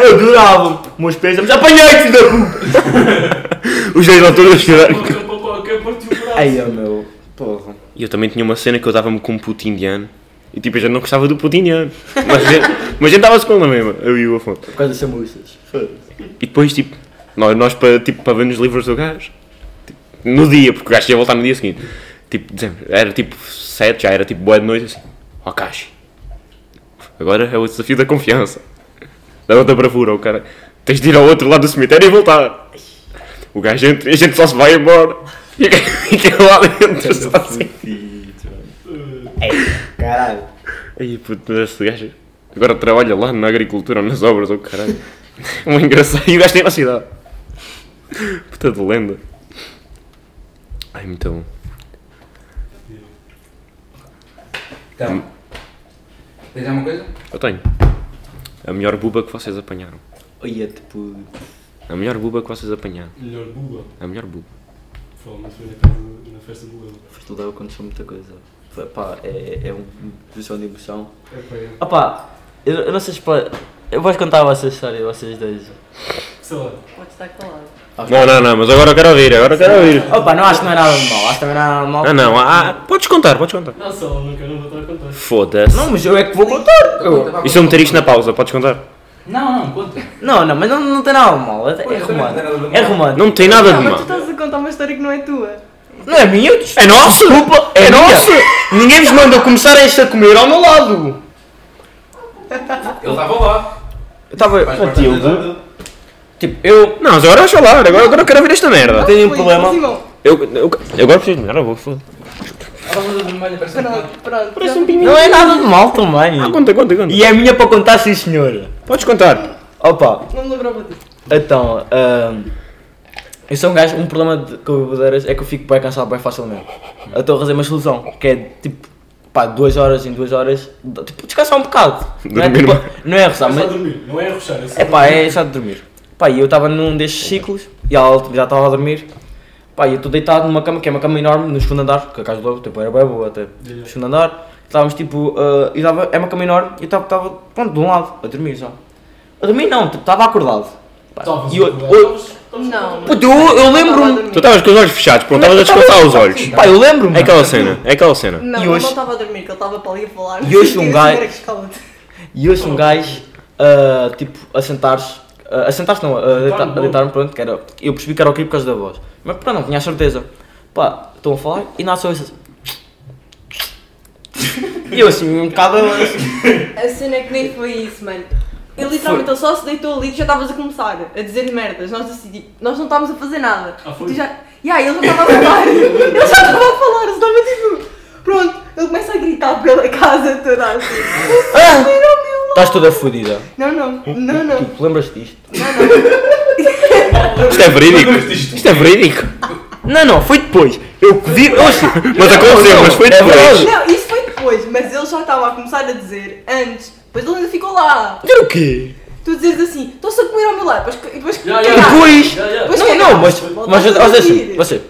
C: Eu adorava. Meus pés, mas apanhei-te da puta.
A: Os dois lá todos a chorar.
D: Pá, pá, pá, quem partiu o braço?
C: Ai, eu, meu. Porra. É
A: E eu também tinha uma cena que eu dava-me com um puto indiano. E tipo, eu já não gostava do puto indiano. Mas, a- mas a gente dava-se com ele mesmo, eu e o Afonso.
C: Por causa das chamuças.
A: E depois, tipo, nós, nós para tipo, para ver nos livros do gajo, tipo, no dia, porque o gajo ia voltar no dia seguinte. Tipo, dezembro, era tipo 7, já era tipo boa de noite, assim, ó Caxi, agora é o desafio da confiança, da outra bravura, o cara, tens de ir ao outro lado do cemitério e voltar. O gajo, entra e a gente só se vai embora. E Fica lá dentro, só assim.
D: Eh,
C: Caralho.
A: Aí, puto, mas esse gajo agora trabalha lá na agricultura ou nas obras, ou caralho. Um engraçado. E o gajo tem na cidade. Puta de lenda. Ai, muito bom.
B: Então. Tens alguma coisa?
A: Eu tenho. A melhor buba que vocês apanharam.
C: Ai, é tipo.
A: A melhor buba que vocês apanharam.
D: melhor buba.
A: A melhor buba.
D: Provavelmente foi na, casa, na festa do Lelo.
C: Estudar aconteceu muita coisa. Foi, Pá, é, é uma posição de emoção.
D: É pá, é.
C: Ah pá, eu, eu não sei se pode. Eu vou contar a vossa história, vocês dois.
D: Sei lá.
E: Pode estar calado.
A: Não, não, não, mas agora eu quero ouvir, agora eu quero ouvir.
C: Opa, não acho que não é nada normal, acho que também não é nada normal.
A: Não, não, ah, ah, podes contar, podes contar.
D: Não, sei lá, não quero, não vou estar a contar.
A: Foda-se.
C: Não, mas eu é que vou contar! Eu-
A: E se eu meter isto na pausa, podes contar?
B: Não, não, conta.
C: Não, não, mas não, não tem nada normal, é, é
B: Pois, também não tem nada
C: romano.
B: normal.
C: É romano.
A: Não tem nada de
E: mas tu
A: mal.
E: estás a contar uma história que não é tua.
C: Não é minha?
A: É nosso! Desculpa, é nosso!
C: Ninguém vos mandou começar esta a comer ao meu lado!
B: Ele estava lá.
C: Eu estava.
B: Faz parte da
C: Matilde.
B: dele.
C: Tipo, eu
A: Não, mas agora vais falar, agora, agora eu quero ouvir esta merda.
C: tenho um
E: Foi,
C: problema.
E: Simão,
A: Eu, eu, eu agora preciso de melhor, eu vou foda
B: Estava toda vermelha, parece um
E: Pronto, pronto.
A: Parece
E: já-
A: um pinguim.
C: Não é nada de mal também.
A: Ah, conta, conta, conta.
C: E é minha para contar, sim senhor.
A: Podes contar.
C: Opa,
E: Não me lembrava disso.
C: Então, ahm, eu sou um gajo, um problema de, com bebedeiras é que eu fico bem cansado bem facilmente. Eu estou a fazer uma solução, que é tipo, pá, duas horas em duas horas, d- tipo, descansar um bocado. Não é,
A: Dormir
C: tipo,
A: mais.
C: não é rezar,
D: É só
C: mas,
D: dormir, não é arrochar, é só
C: é pá, é só de dormir. Pá, e eu estava num destes ciclos, e ela já estava a dormir, Pá, e eu estou deitado numa cama, que é uma cama enorme, no segundo andar, porque a casa do Lobo tipo, era bem boa até. No segundo andar, estávamos tipo, ah, e dava, é uma cama enorme, e eu estava- estava, pronto, de um lado, a dormir só. A dormir não, tipo, estava acordado. Pá,
D: Estavas
C: e eu,
D: acordado.
C: eu,
E: Não.
C: puto, eu, eu lembro-me.
A: Tu estavas com os olhos fechados, pronto,
C: Não,
A: estavas a descansar os olhos.
C: Pá, eu lembro-me.
A: É aquela cena, é aquela cena.
E: Não,
C: E
E: eu
C: hoje-
E: não estava a dormir, que ele estava para ali a falar.
C: E hoje um
E: Queria
C: gajo-
E: dizer que escala-te.
C: E eu sou um gajo, ah, tipo, a sentar-se. ah, a sentar-se não, a deitar- a deitar-me, pronto, que era. Eu percebi que era o crime por causa da voz. Mas pronto, não tinha a certeza. Pá, estão a falar e nasce isso. E eu assim, um bocado. assim,
E: A cena é que nem foi isso, mano. Ele literalmente ele só se deitou ali e tu já estavas a começar a dizer merdas. Nós, assim, tipo, nós não estávamos a fazer nada.
D: Ah, foi?
E: Tu já... Yeah, ele já estava a falar. ele já estava a falar, eu estava tipo. Pronto, ele começa a gritar pela casa toda assim. "Vocês viram o meu
C: Estás toda fodida.
E: lado?" Não, não, não, não.
C: Tu lembras disto?
A: Isto é verídico. Isto é verídico.
C: Não, não, foi depois. Eu vi. Eu assim.
A: Mas aconteceu, mas foi
C: É verdade.
A: depois.
E: Não, isso foi depois, mas ele já estava a começar a dizer antes. Depois ele ainda ficou lá.
C: Era o quê?
E: Tu dizes assim, estou-se a comer ao meu lado. Depois, depois,
D: Já, já.
E: cagar.
C: Depois!
D: Já, já.
E: Pois
C: Não,
E: que
C: não,
E: não,
C: mas. Mas
E: voltaste a
C: mas deixa.
E: dormir.
C: Você.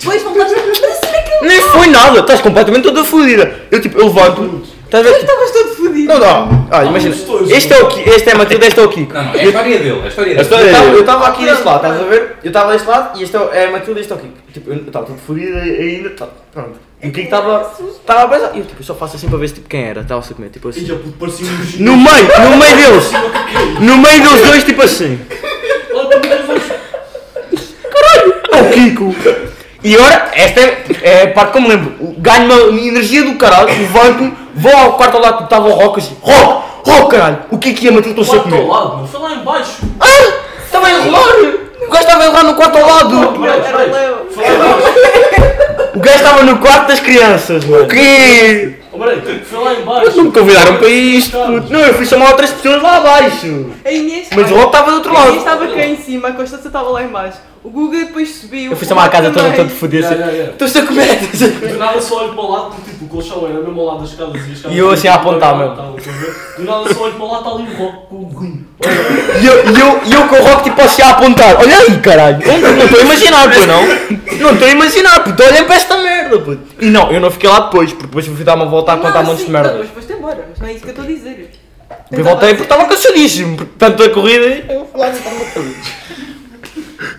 E: depois voltaste. Mas a cena é que ele.
C: Nem foi nada, estás completamente toda fodida. Eu tipo, eu levanto-me. Estás a ver? tipo,
E: Estavas todo fodido.
C: Não dá. Ah, imagina.
D: Todos.
C: Este é o Kiko. Este é a Matilde, este é o Kiko.
B: Não, não, é a história dele, é a história dele.
A: história-
C: Eu estava aqui deste lado, estás a ver? Eu estava deste lado e este é o- é a Matilde, este é o Kiko. Tipo, eu estava todo fodido ainda. tá, Pronto. E o Kiko estava. Estava a pensar. E eu tipo, só faço assim para ver se tipo, quem era. Estava-se a comer. Tipo assim.
D: Ia, puto, parecia um chinês.
C: No meio, no meio deles. No meio deles dois, tipo assim. Caralho, é o Kiko. E agora, esta é, é a parte que eu me lembro. Ganho uma- uma energia do caralho, levanto-me, vou ao quarto ao lado que estava o Rock, assim, Rock, Rock, caralho, o que é que ia matar? Estou só a
D: Quarto ao
C: comer.
D: lado, meu. Foi lá embaixo.
C: Ah, estava a enrolar. O gajo estava a enrolar no quarto ao lado.
E: Não, era o Leo.
D: Foi lá embaixo.
C: O gajo estava no quarto das crianças, mano. O quê?
D: Ô, Maria, foi lá embaixo.
A: Mas não me convidaram para isto.
D: Estávamos.
C: Não, eu fui chamar outras pessoas lá abaixo.
E: A Inês.
C: Mas o Rock estava do outro
E: A Inês
C: lado.
E: estava cá em cima, a Constância estava lá em baixo. O Guga depois subiu.
C: Eu fui chamar a casa toda,
E: também.
C: todo
A: assim.
C: fodido.
D: Já, já, já.
C: Estou-se a comer. estou-se a comer.
D: Do nada só olho para o lado, porque tipo, o colchão era mesmo ao lado das escadas e as escadas.
C: E eu assim a apontar, meu.
D: Tá, tá, tá, tá. Do nada só olho para o lado, está ali um rock com o gunho. Olha,
C: E eu, e eu, e eu com o rock tipo assim a apontar. Olha aí, caralho. Não não estou a imaginar, pô, não. Não estou a imaginar, puto. Olhem para esta merda, puto. E não, eu não fiquei lá depois, porque depois fui dar uma volta a contar
E: Não,
C: montes de
E: sim, não,
C: merdas.
E: Mas foste embora, mas não é isso que eu estou a dizer.
C: Eu voltei porque estava cansadíssimo. porque Tanto a corrida e eu fui lá estava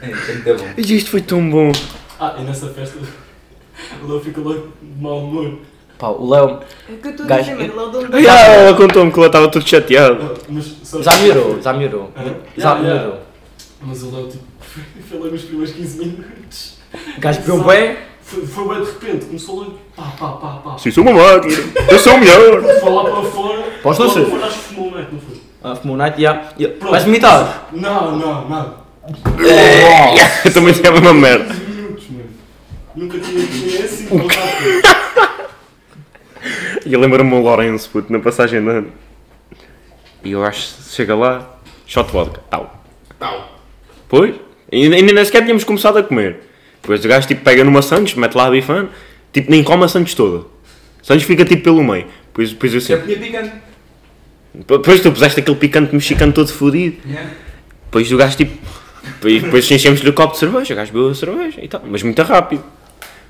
B: É, é muito bom.
A: Isto foi tão bom.
D: Ah, e nessa festa o Léo fica logo de mau humor.
C: Pá, o Léo
E: É o que eu estou a
C: Gajo,
E: dizer,
C: eu-
E: mano. Ele é o dono do-
A: Ah, ela contou-me que ela estava todo chateado.
D: Mas, só-
C: já melhorou, já melhorou.
D: Ah,
C: Já
D: já, já.
C: melhorou.
D: Mas o Léo tipo, foi logo os primeiros 15 minutos.
C: O gajo bebeu bem.
D: Foi, foi bem de repente, começou logo pá, pá, pá, pá.
A: Sim, sou uma máquina. Eu sou o melhor.
D: Foi lá para fora.
C: Posso
D: lá
C: não ser?
D: para fora, acho que fumou, não é que não foi?
C: Ah, fumou night, já. E-
D: Pronto.
C: Vais vomitar?
D: Não, não, não.
A: Eu também tinha a mesma merda.
D: 15 minutos, mano. Nunca tinha assim tinha esse contato.
A: E eu lembro-me o Lourenço, puto, na passagem de ano. E eu acho que chega lá, shot vodka, tal.
B: Tau.
A: Pois, ainda, ainda nem sequer tínhamos começado a comer. Depois o gajo tipo, pega numa Santos, mete lá a bifana, tipo, nem come a Santos toda. Santos fica tipo pelo meio. Depois, depois eu
B: Já
A: assim,
B: punha picante.
A: depois tu puseste aquele picante mexicano todo fodido.
B: Yeah.
A: Depois o gajo tipo. Depois, depois enchemos-lhe o copo de cerveja, o gajo bebeu a cerveja e tal, mas muito rápido.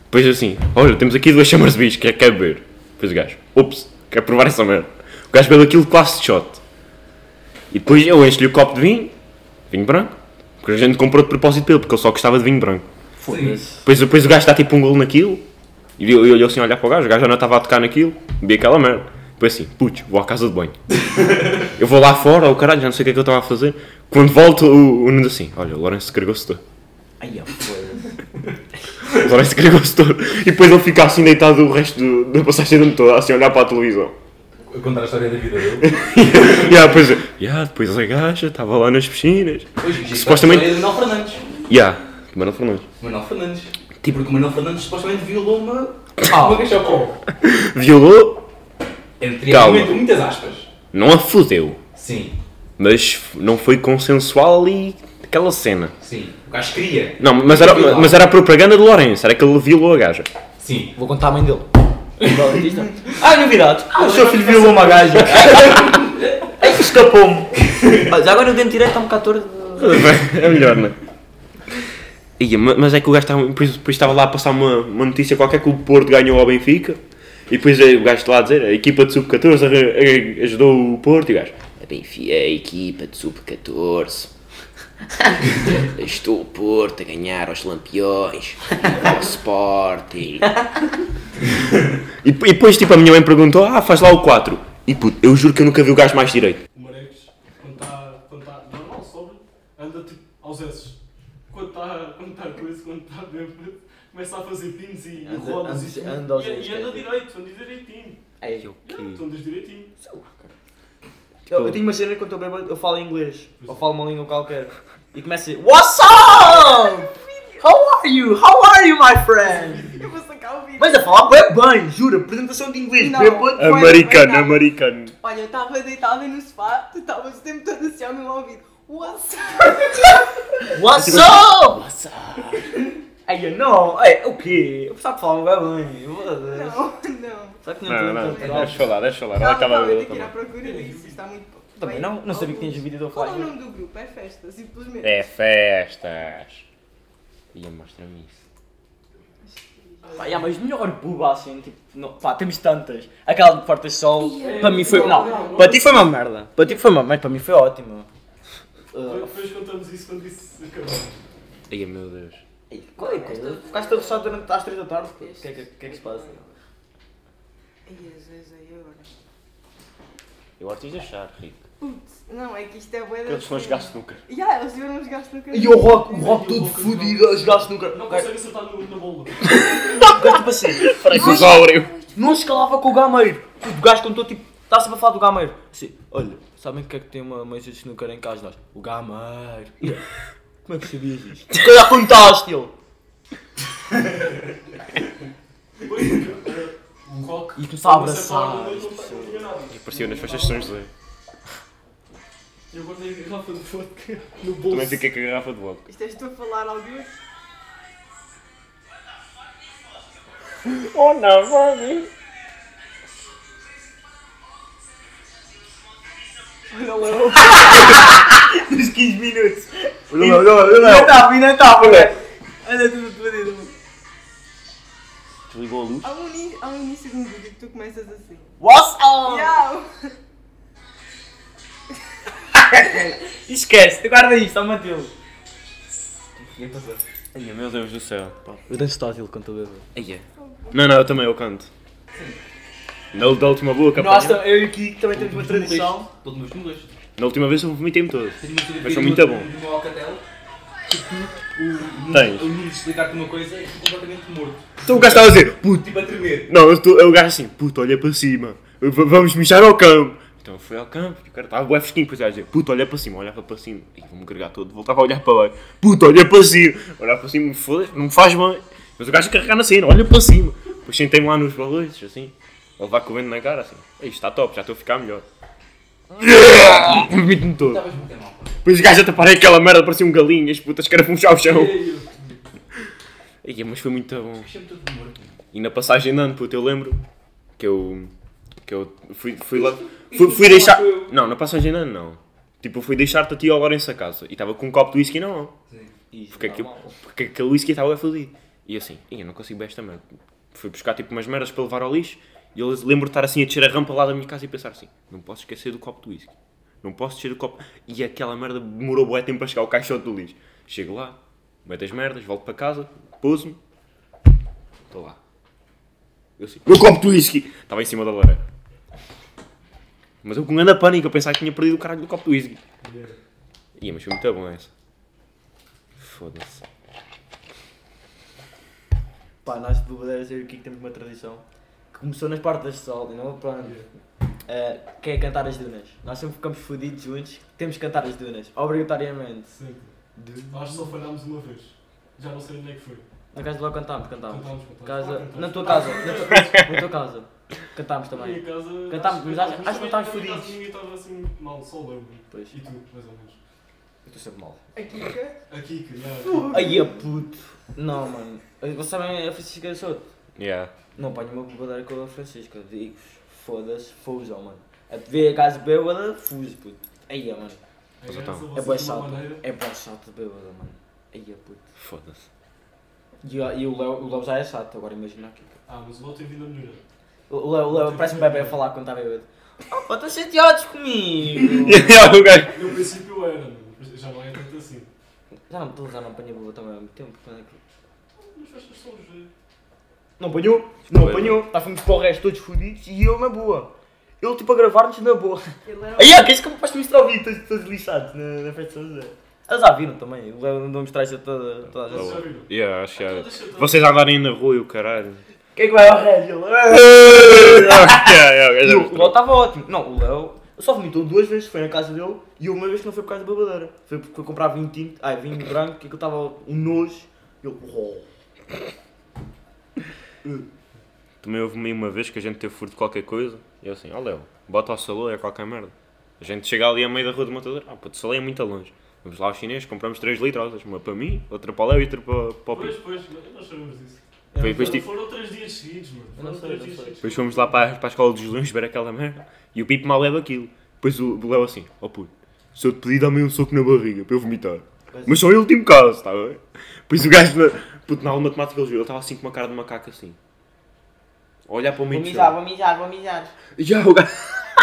A: Depois assim, olha, temos aqui duas chamas de bicho, é quer, quer beber? Depois o gajo, ups, quer provar essa merda. O gajo bebeu aquilo quase de shot. E depois eu encho-lhe o copo de vinho, vinho branco, porque a gente comprou de propósito pelo, porque ele só gostava de vinho branco.
C: Foda-se.
A: Depois, depois o gajo dá tipo um golo naquilo, e eu, eu olhei assim a olhar para o gajo, o gajo já não estava a tocar naquilo, bebi aquela merda. Depois assim, putz, vou à casa de banho. eu vou lá fora, o caralho, já não sei o que é que eu estava a fazer. Quando volto, o, o Nuno assim, olha, o Lourenço carregou-se todo.
C: Ai, ó, foda-se.
A: O Lourenço carregou-se todo. E depois ele fica assim deitado o resto do- da passagem do motor, assim a olhar para a televisão.
B: A Contar a história da vida dele.
A: e ah, depois, yeah, depois a gaja estava lá nas piscinas.
B: Hoje, já está a
A: Supostamente-
B: história do Manuel Fernandes.
A: Yeah, Mano Fernandes.
B: Manuel Fernandes. Tipo, porque o Manuel Fernandes supostamente violou uma.
C: Ah.
B: Uma cachorro.
A: Violou,
B: Entre
A: Calma.
B: entre muitas aspas.
A: não a fudeu,
B: Sim,
A: mas não foi consensual e aquela cena.
B: sim. O gajo queria.
A: Não, mas era, mas era a propaganda de Lourenço, era que ele violou a gaja.
B: Sim.
C: Vou contar a mãe dele. Ah, novidade. o seu filho
D: violou
C: uma gaja. É Ai, escapou-me. Mas agora o dente direito está um 14.
A: É melhor, não é? E Ia, ma- mas é que o gajo estava, por isso- por isso estava lá a passar uma, uma notícia qualquer que o Porto ganhou ao Benfica. E depois eh, o gajo lá a dizer, a equipa de sub-14 arran- eh, ajudou o Porto. E o gajo, a Benfica, a equipa de sub-14. Estou o Porto a ganhar aos lampiões. Ao Sporting. e, e depois tipo a minha mãe perguntou, ah faz lá o 4. E puto, eu juro que eu nunca vi o gajo mais direito.
D: O Marex, quando está quando tá normal, sobre, anda tipo aos S. Quando está quando tá coisa, quando está bêbado, começa a fazer pins e, e
F: Anda-
D: rodas
F: anda-
D: e tudo.
F: anda aos
D: e,
F: S,
D: e anda
F: cara.
D: direito, anda direitinho. Não, tu andas direitinho.
C: Eu, eu tenho uma cena que eu estou bêbado, eu falo inglês. Ou falo uma língua qualquer. E começa a dizer, What's up? How are you? How are you, my friend?
E: Eu vou sacar o vídeo.
C: Mas a falar bem bem, juro, apresentação de inglês,
E: Não.
C: bêbado.
E: Foi,
A: Americano,
E: foi, não.
A: americano.
E: Olha, eu estava deitada aí no sofá, tu estavas o tempo todo assim ao meu ouvido. What's up?
C: What's up? Tipo assim, What's up? Ai, eu não, Ei, o quê? tá Eu pensava que falava bem bem. foda-se.
E: Não, não.
C: Só que não
A: Não,
C: estou
A: não,
C: em
A: não,
C: Portugal.
A: deixa eu lá, deixa eu lá. Ela
E: Calma,
A: estava a
E: calma, eu
A: ver
E: tenho que ir à
A: também.
E: procura disso, está muito pouco.
C: Também não, não sabia que tinhas vídeo do
E: Qual é o
C: Fly.
E: nome do grupo? É festa, simplesmente.
A: É festas. Ia, mostra-me isso.
C: Pá, yeah, mas melhor buba assim, tipo, não, pá, temos tantas. Aquela de Portas Sol, para mim foi. Não, para ti foi uma merda. Para ti foi uma merda, para mim foi ótimo. Uh,
D: Depois- Depois contamos isso quando isso acabar.
A: Ia, meu Deus.
C: Qual é que Ficaste adoçado durante às 3 da tarde? O que, é que, o que é que se passa?
E: Ai, às vezes aí agora.
A: Eu acho que tens de achar, Rico.
E: Putz, não, é que isto é boa
A: Que eles não jogaste nunca.
E: Yeah, eles tiveram os gastos no cabelo.
C: E o Rock, o Rock todo fodido a jogar snooker.
D: Não
C: O gajo-
D: consegue acertar no, na bola.
C: o gajo, tipo assim,
A: Dinossauro.
C: não se calava com o Gameiro. O gajo contou tipo, está-se a falar do Gameiro. Assim, olha, sabem o que é que tem uma mesa de snooker em casa? Nós, o Gameiro. E eu, Como é que sabias isto? Se calhar contaste ele.
D: Depois, eh, o rock.
C: E começou a
D: quando acertar,
C: abraçar
D: não-
C: as
D: não- não tinha nada.
A: Apareceu nas festas de São José.
D: Eu guardei a garrafa de vodka no
A: Também
D: bolso.
A: fiquei com a garrafa de vodka.
E: Isto és tu a falar ao Deus?
A: Oh não, Bobby.
C: Nos 15 minutos.
A: Olha lá, olha lá, olha
C: Ainda
A: lá.
C: estava, ainda estava, velho. Olha tudo fodido.
A: Desligou a luz.
E: Ao, ini- ao início de um vídeo que tu começas assim.
C: What's up?
E: Iau!
C: Esquece, tu guarda isto, ao Matilde.
A: Ai, meu Deus do céu.
C: Eu danço tátil quando estou bêbado.
A: Ai, é. Não, não, eu também, eu canto. Na, da última boa
C: Nós,
A: campanha.
C: tam- eu e o Kiko também temos uma tradição.
B: Todo meus números.
A: Na última vez eu vomitei-me todo.
B: Tenho uma fotografia
A: Mas foi
B: do
A: muito
B: meu-
A: bom.
B: do meu Alcatel. Que tu, o- o-
A: Tens.
B: o Nuno explicar-te uma coisa e fico completamente morto.
A: Então o gajo estava a dizer, puto.
B: Tipo a tremer.
A: Não, eu, tô, eu gajo assim, puto, olha para cima, v- vamos mijar ao campo. Então eu fui ao campo, e o cara estava bué fresquinho, depois o gajo dizia, puto, olha para cima, olhava para cima, e vou-me carregar todo, voltava a olhar para baixo, puto, olha para cima, olhava para cima, foda não me faz bem. Mas o gajo a carregar na cena, olha para cima. Depois sentei-me lá nos balões, assim, a levar correndo na cara, assim, "Ei, isto está top, já estou a ficar melhor. Vomito-me todo.
B: Estavas muito mal.
A: Depois o gajo a tapar aquela merda, parecia um galinho, as putas que era puxar ao chão. Ai, mas foi muito bom.
B: Deixa-me todo morto.
A: E na passagem de ano, puto, eu lembro que eu. que eu fui, fui lá. Fui, fui deixar. Não, na passagem de ano não. Tipo, eu fui deixar-te a ti ao Lourenço a casa e estava com um copo de whisky na mão.
C: tá
A: Porque, é aquilo, porque aquele whisky estava a foder. E eu assim, "Ih, eu não consigo beber esta merda. Fui buscar tipo umas merdas para levar ao lixo e eu lembro de estar assim a descer a rampa lá da minha casa e pensar assim: não posso esquecer do copo de whisky. Não posso descer do copo. E aquela merda demorou bué tempo para chegar ao caixote do lixo. Chego lá, meto as merdas, volto para casa, pouso-me. Estou lá. Eu assim, meu copo de whisky! Estava em cima da lareira. Mas eu com grande pânico, eu pensava que tinha perdido o caralho do copo de whisky. Ia, mas foi muito bom essa. Foda-se.
C: Pá, nós de Bubadeiras eu e o Kiko temos uma tradição que começou nas partes de sol e não
D: Ah,
C: pronto. Eh, que é cantar as dunas. Nós sempre ficamos fodidos juntos, temos que cantar as dunas, obrigatoriamente.
D: Sempre. Acho que só falhámos uma vez. Já não sei onde é que foi.
C: Na casa de lá cantámos, cantámos.
D: Cantámos, cantámos. Ah,
C: Casa,
D: Cantámos.
C: Ah, na tua casa, na tua, na tua casa. Cantámos
D: Em
C: também.
D: casa.
C: Cantámos, mas acho- acho que
D: também
C: não estávamos
D: em casa
C: fodidos.
D: Ninguém estava assim mal, só lembro.
C: Pois.
D: E tu, mais ou menos.
C: estou sempre mal.
E: Aqui, que?
D: Aqui, que já.
C: Aí a é puto. Não, mano. Vocês sabem a Francisca Soto?
A: Yeah.
C: Não apanho uma bobadeira com a Francisca. Digo-vos, foda-se, fusam, mano. A ver a casa bêbada, fuso, puto. Aí, mano.
D: Em
A: Mas
D: casa,
A: então,
D: vocês
C: É
D: de
C: boa
D: uma
C: chato.
D: maneira-
C: É boa chato bêbada, mano. Aí, puto.
A: Foda-se.
C: E, o- e o Léo o Léo já é chato, agora imagina aqui.
D: Ah, mas o Léo tem vida melhor.
C: O o Léo, o Léo parece um bebê a falar quando está bêbado. Oh, pá, estão chateados comigo!
A: o gajo.
D: No princípio era, mas já não é tanto assim.
C: já não, tu já não apanha boa também há muito tempo. quando é que-
D: Mas festas são os
C: Não apanhou, não
A: Boa.
C: apanhou. Está fomos para o resto todos fodidos e eu na boa. Ele tipo a gravar-nos na boa.
E: Ele era
C: Aí é, que isso que me faz mostrar o vídeo, estás- estás lixado na, na festa de São José. Eles já viram também, o Léo andou a mostrar isso a toda, toda a gente.
D: Vocês já viram?
A: Yeah, acho que
D: Tá Então
A: já-
D: deixa eu dar-
A: Vocês andarem na rua e o caralho.
C: Quem é que vai ao Régio?
A: Yeah, yeah, o gajo é já
C: E o o Léo
A: mostrou.
C: estava ótimo. Não, o Léo só vomitou duas vezes, foi na casa dele e uma vez que não foi por causa da babadeira. Foi porque eu comprava vinho tinto, ai, vinho branco, que eu estava um nojo. E eu, oh.
A: Também houve meio uma vez que a gente teve furto de qualquer coisa. E eu assim, ó Léo, bota ao salão, é qualquer merda. A gente chega ali a meio da rua do matador. Ah, puto, o salão é muito longe. Vamos lá ao chinês, compramos 3 litrosas. Uma para mim, outra para o Léo e outra para, para o
D: Pois,
A: Pito.
D: pois, mas nós sabemos isso.
A: Foi depois, tipo,
D: Foram três dias seguidos, mano.
C: Eu não sei,
D: Foram três
C: eu
D: dias
C: sei.
D: seguidos.
A: Depois fomos lá para, para a escola dos leões ver aquela merda e o Pipo mal leva aquilo. Depois o o Léo assim, ó puto, se eu te pedir dá-me um soco na barriga para eu vomitar. Mas só é o último caso, está bem? Depois o gajo, na, puto, na aula de matemática ele viu, ele estava assim com uma cara de macaco assim. A olhar para o meio do chão.
C: mijar, vou mijar.
A: E já o gajo...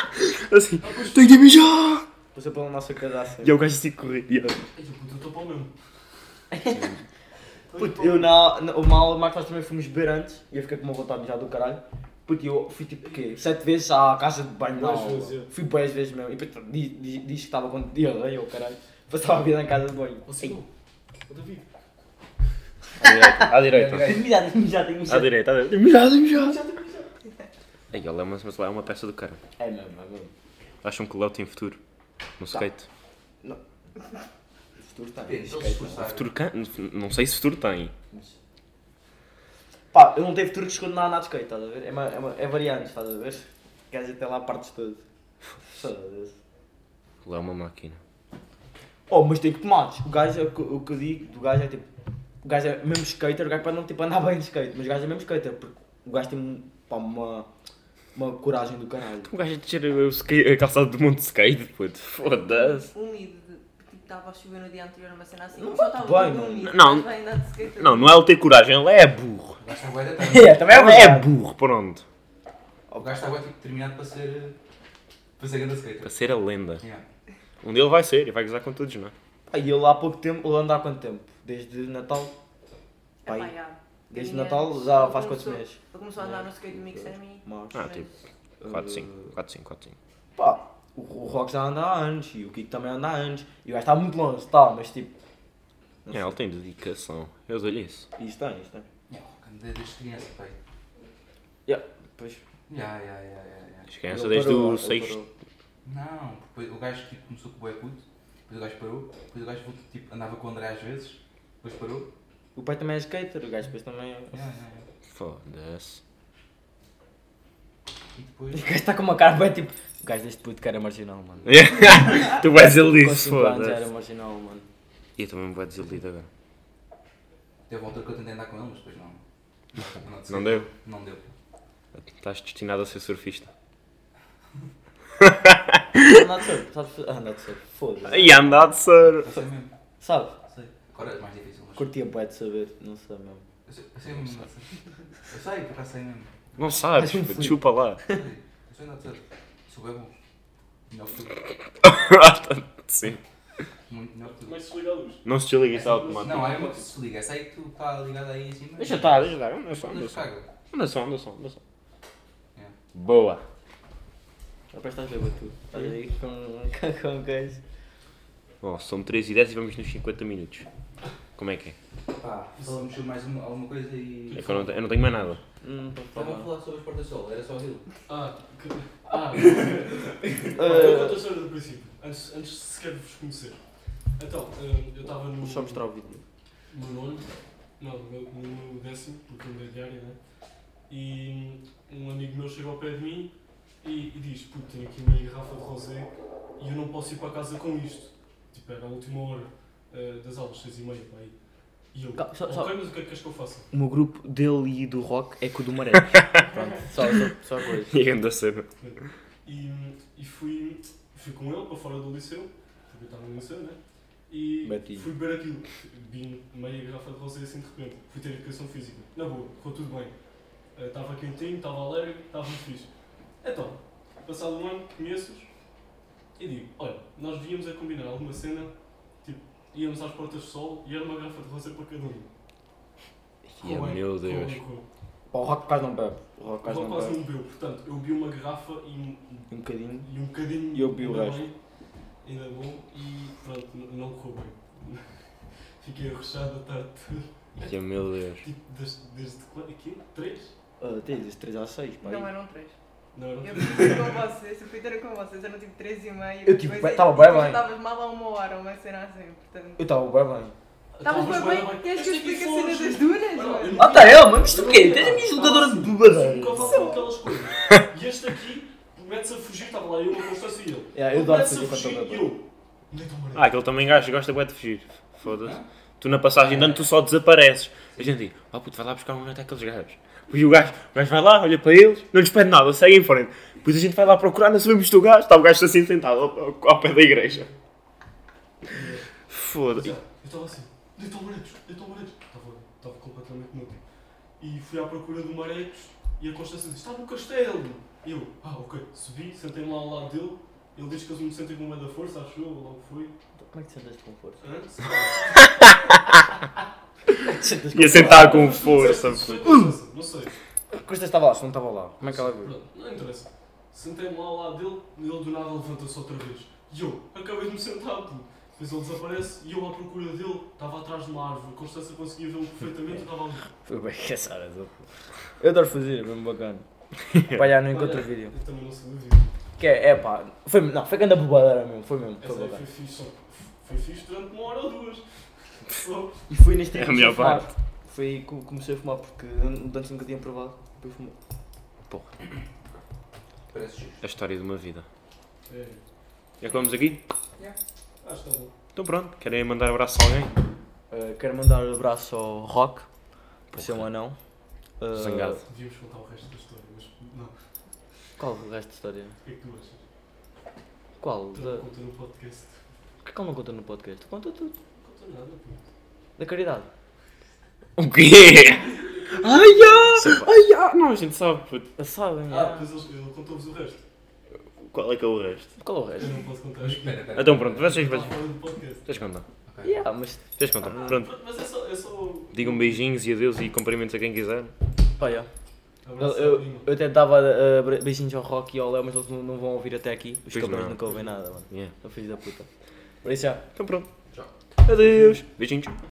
A: assim, tenho de mijar!
C: Passou pela nossa casaça.
A: E é o gajo assim correr. E eu,
D: Ai, eu puto, eu estou para o mesmo.
C: Puto, eu na, na uma aula de Marcos também fomos beber antes e eu fiquei com uma vontade de mijar do caralho. Puto, eu fui tipo o quê? Sete vezes à casa de banho na
D: Boas
C: aula.
D: vezes, é.
C: Fui boas vezes mesmo. E puto, diz, diz, diz que estava com diarreia ou caralho. Passava a vida na casa de banho.
D: Você não. Ô, David.
A: à direita, à direita.
C: Tenho que mijar, tenho que mijar, tenho
A: À
C: que mijar.
A: direita, à direita. Tenho de mijar, tenho de mijar, tenho de mijar. Ei, o Léo, mas mas o Léo é uma peça do cara.
C: É mesmo, é mesmo.
A: Acham que o Léo tem futuro? No skate?
C: O futuro tá está
B: Depende, se É, eles se esforçarem.
A: Futuro can- Não sei se futuro tem.
C: Pá, eu não tenho futuro que esconde nada na skate, estás a ver? É, uma, é, uma, é variante, estás a ver? Quer dizer, até lá partes todas. Foda-se.
A: O Léo é uma máquina.
C: Oh, mas tem que tomates. O gajo, é o que- o que eu digo do gajo é tipo. O gajo é mesmo skater, o gajo pode não tipo, andar bem de skate, mas o gajo é mesmo skater, porque o gajo tem pá, uma, uma coragem do caralho.
A: Então O gajo tira o skate, a calçada do monte de skate, puto. Foda-se.
E: úmido. Um Tipo, estava a chover no dia anterior, uma cena assim.
C: Não
E: só
C: vai-te
E: estava
C: bem,
E: tudo
C: não.
E: úmido.
A: Não.
E: mas vai andar de skate.
A: Não, não é ele ter coragem, ele é burro.
B: O gajo está bué da tarde.
C: É, também
A: Ele é burro, pronto.
C: Oh,
B: O gajo
C: tá-
B: está bué tipo, determinado para ser. para ser grande skater.
A: Para ser a lenda.
B: Yeah.
A: Um dia ele vai ser e vai gozar com todos, não é?
C: Pá, e ele há pouco tempo, ele anda há quanto tempo? Desde Natal?
E: Epá,
C: Pai.
E: É já.
C: Desde
E: Minha-
C: Natal já faz quantos
E: começou-
C: meses? tipo,
E: Ele começou a andar no skate mix a mim.
C: Março.
A: Ah, tipo,
C: Eh,
A: 4, 5, 4, 5, 4, 5.
C: Pá, o, o Rock já anda há anos e o Kiko também anda há anos. E o gajo está muito longe, tá, mas tipo.
A: É, ele tem dedicação. Eu olho isso.
C: Isto tem, isto é. tem.
B: oh, Desde desde criança, pai.
C: Yeah, pois.
B: Yeah, yeah, yeah, yeah, yeah.
A: As crianças
C: Ele
A: É, desde
C: parou,
A: o
C: ele
A: 6.
C: parou.
B: Não, depois o gajo tipo, começou com o bué puto, depois o gajo parou, depois o gajo voltou, tipo, andava com o André às vezes, depois parou.
C: O pai também é skater, o gajo depois também é.
B: Yeah, yeah, yeah.
A: Foda-se.
B: E depois.
C: O gajo está com uma cara bem tipo. O gajo deste puto que era marginal, mano.
A: tu vais ele
C: Com
A: isso,
C: 5 anos era
A: foda-se.
C: marginal, mano.
A: E eu também me vou desiludir agora.
B: Teve uma altura que eu tentei andar com ele, mas depois não. Não,
A: Não deu?
B: Não deu.
A: Estás destinado a ser surfista.
C: Andar de surf, sabes? Andar de surf, foda-se.
A: E andar de surf.
B: Eu sei mesmo,
C: Sabe?
B: sei. Agora é mais difícil, mas.
C: Curtia bué de saber, não sei mesmo.
B: Eu sei, eu sei mesmo, não sei. Eu sei, por acaso sei mesmo.
A: Não sabes,
C: Mas um
A: puto,
C: fui.
A: chupa lá.
B: Eu sei, eu sei andar de surf. Sou bem bom. Melhor que tu.
A: Sim.
B: Muito melhor que tu.
D: Como é que se liga a luz?
A: Não se desliga isso
D: Não,
A: automático.
B: Não, é uma que se liga, essa aí que tu está ligado aí em cima.
A: Deixa estar, deixa estar. Anda só, anda
B: Mas
A: só.
B: caga.
A: Anda só, anda só, anda só.
B: É.
A: Boa.
C: Rapaz, estás bêbado tu. Estás aí com, com o gajo.
A: Ó, são 3 e 10 e vamos nos 50 minutos. Como é que é?
B: Pá, falamos sobre mais uma- alguma coisa e.
A: É que eu não, te- eu não tenho mais nada.
C: Hum, pronto,
B: Estavam a
C: tá
B: falar sobre as portas sol, era só aquilo.
D: Ah, que... Ah, eu é
C: Eh,
D: conto a história do princípio, antes, antes de sequer vos conhecer. Então, eh, eu estava no...
C: Vou só mostrar o vídeo.
D: no nono, não, no, no décimo, porque eu mudei de área, né? E um amigo meu chega ao pé de mim e, e diz: Puto, tenho aqui uma garrafa de rosé e eu não posso ir para casa com isto. Tipo, era a última hora eh, das aulas, seis e meia, para aí. E eu,
C: Calma, só-
D: ok,
C: só-
D: mas o que é que queres que eu faça?
C: O meu grupo dele e do rock é com o do Maré. Pronto, só, só, só coisa.
A: E anda a cena.
D: E, e fui, fui com ele para fora do liceu, porque eu estava no liceu, né? e
G: Betinho.
D: fui beber aquilo. Vim meia garrafa de rosé assim de repente. Fui ter educação física. Na boa, correu tudo bem. Eh, Estava quentinho, estava alegre, estava muito fixe. Então, passado um ano, conheço-os e digo: olha, nós víamos a combinar alguma cena, tipo, íamos às portas do sol e era uma garrafa de rosé para cada um.
A: Ia,
D: Correu bem,
A: é meu
D: correu bem,
A: Deus.
D: correu bem.
C: Pá, o Rock quase não bebe. O Rock
D: O
C: quase
D: João
C: não
D: quase
C: bebe.
D: não bebeu, portanto, eu vi uma garrafa e um-
C: Um bocadinho.
D: e um bocadinho.
C: E eu vi o
D: ainda
C: resto.
D: bem, Ainda bom e pronto, n- não correu bem. Fiquei arrochado a tarde toda.
A: Ia, é meu Deus.
D: Tipo, desde, desde quando? Aqui? Três?
C: Ah, tens desde 3 às 6, pá.
E: Não eram três.
D: Não, um eram
E: Eu
D: três.
E: fui ter com vocês, eu fui ter com vocês, eram tipo três e meia.
C: Eu, tipo,
E: depois
C: bem-
E: aí-
C: tava bem,
E: depois
C: bem.
E: Estavas mal a uma hora, uma cena assim, portanto.
C: Eu estava bem bem.
E: Estavas
D: Estavas
E: bem bem? Queres que eu
D: Esta
E: explique a
D: aqui
E: cena
D: foge.
E: das dunas,
D: tipo Não, eu
E: mano?
D: nunca-
C: ela, mano, isto o É, quê? Tens a minha jogadora de
D: eu
C: duas,
D: nunca falo aquelas coisas. E este aqui mete-se a fugir, estava lá eu, a Constância e ele.
C: É, eu
D: Ele
C: adoro
D: mete-se
C: fazer
D: a fugir
C: conta
D: e
C: bêbada.
D: eu. Onde é que eu morei?
A: Ah, aquele também gajo gosta bué de fugir. Foda-se. Tu na passagem de ano tu só desapareces. A gente diz, ah puto, vai lá buscar um até aqueles gajos. Pois o gajo, o gajo vai lá, olha para eles, não lhes pede nada, segue em frente. Pois a gente vai lá procurar, não sabemos do gajo, está o gajo assim sentado ao, ao- ao pé da igreja.
D: Já,
A: Foda-se.
D: eu estava assim, deita o Moretos, deita o Moretos. Estava, estava completamente nulo. E fui à procura do Moretos e a Constância disse, está no castelo. E eu, ah ok, subi, sentei-me lá ao lado dele. Ele diz que eles me sentem com meio da força, acho eu, logo foi.
C: Como é que te sentaste com força?
D: Antes.
A: Ia
C: é Ah,
A: sentar com força.
D: Foi Constância, não sei.
C: Costa estava lá, se não estava lá. Como é que ela viu?
D: Pronto, não interessa. Sentei-me lá ao lado dele e ele do nada levanta-se outra vez. E eu, acabei de me sentar, pô. Depois ele desaparece e eu à procura dele, estava atrás de uma árvore. A Constância conseguia vê-lo perfeitamente e estava ali.
C: Foi bem engraçada. Eu adoro fazer, é mesmo bacana. Pá, já não encontro o vídeo.
D: Eu também não sei do vídeo.
C: Que é, é pá, foi, não, foi grande a bobadeira mesmo, foi mesmo,
D: Essa
C: foi
D: aí foi
C: bacana.
D: fixe, só- foi fixe durante uma hora ou duas. Só.
C: E foi neste
A: É a
C: tempo
A: melhor
C: comecei fumar. Foi aí que eu comecei a fumar porque antes nunca tinha provado. Depois fumou.
B: Parece justo.
A: A história de uma vida.
D: É,
A: Já acabamos aqui?
D: acho que está bom.
A: Então pronto, querem mandar abraço a alguém?
C: Uh, quero mandar um abraço ao Rock, por ser um anão. Uh,
A: Zangado.
D: Devíamos contar o resto da história, mas não. O
C: Qual o resto da história?
D: que é que tu achas?
C: Qual?
D: Então,
C: Da...
D: conta no podcast.
C: Por que que ele não contou no podcast? Conta tudo.
D: Não conta nada, pô.
C: Da caridade.
A: O quê?
C: Ai,
A: Ai, ah, não, a gente sabe. puto.
C: já! Sabem,
D: Ah,
C: já.
D: depois ele, ele contou-vos o resto.
A: Qual é que é o resto?
C: Qual é o
D: Eu
C: resto?
D: não posso contar.
B: Mas espera, espera.
A: Então pronto, vocês
D: Está
A: vocês
D: fora do podcast.
A: vocês contam.
B: Ok.
C: Yeah, mas,
A: Vocês contam. Pronto.
D: Mas é só. É só...
A: Digam beijinhos e adeus e cumprimentos a quem quiser.
C: pá, já. Eu,
D: Abraço
C: eu,
D: ao primo.
C: eu até dava uh, bra- beijinhos ao Rock e ao Léo, mas eles não, não vão ouvir até aqui. Os
A: Pois não.
C: cabrões nunca ouvem nada, mano.
A: Yeah.
C: Eu fiz da puta. Por isso já.
A: Então pronto.
B: Tchau.
A: Adeus. Beijinhos.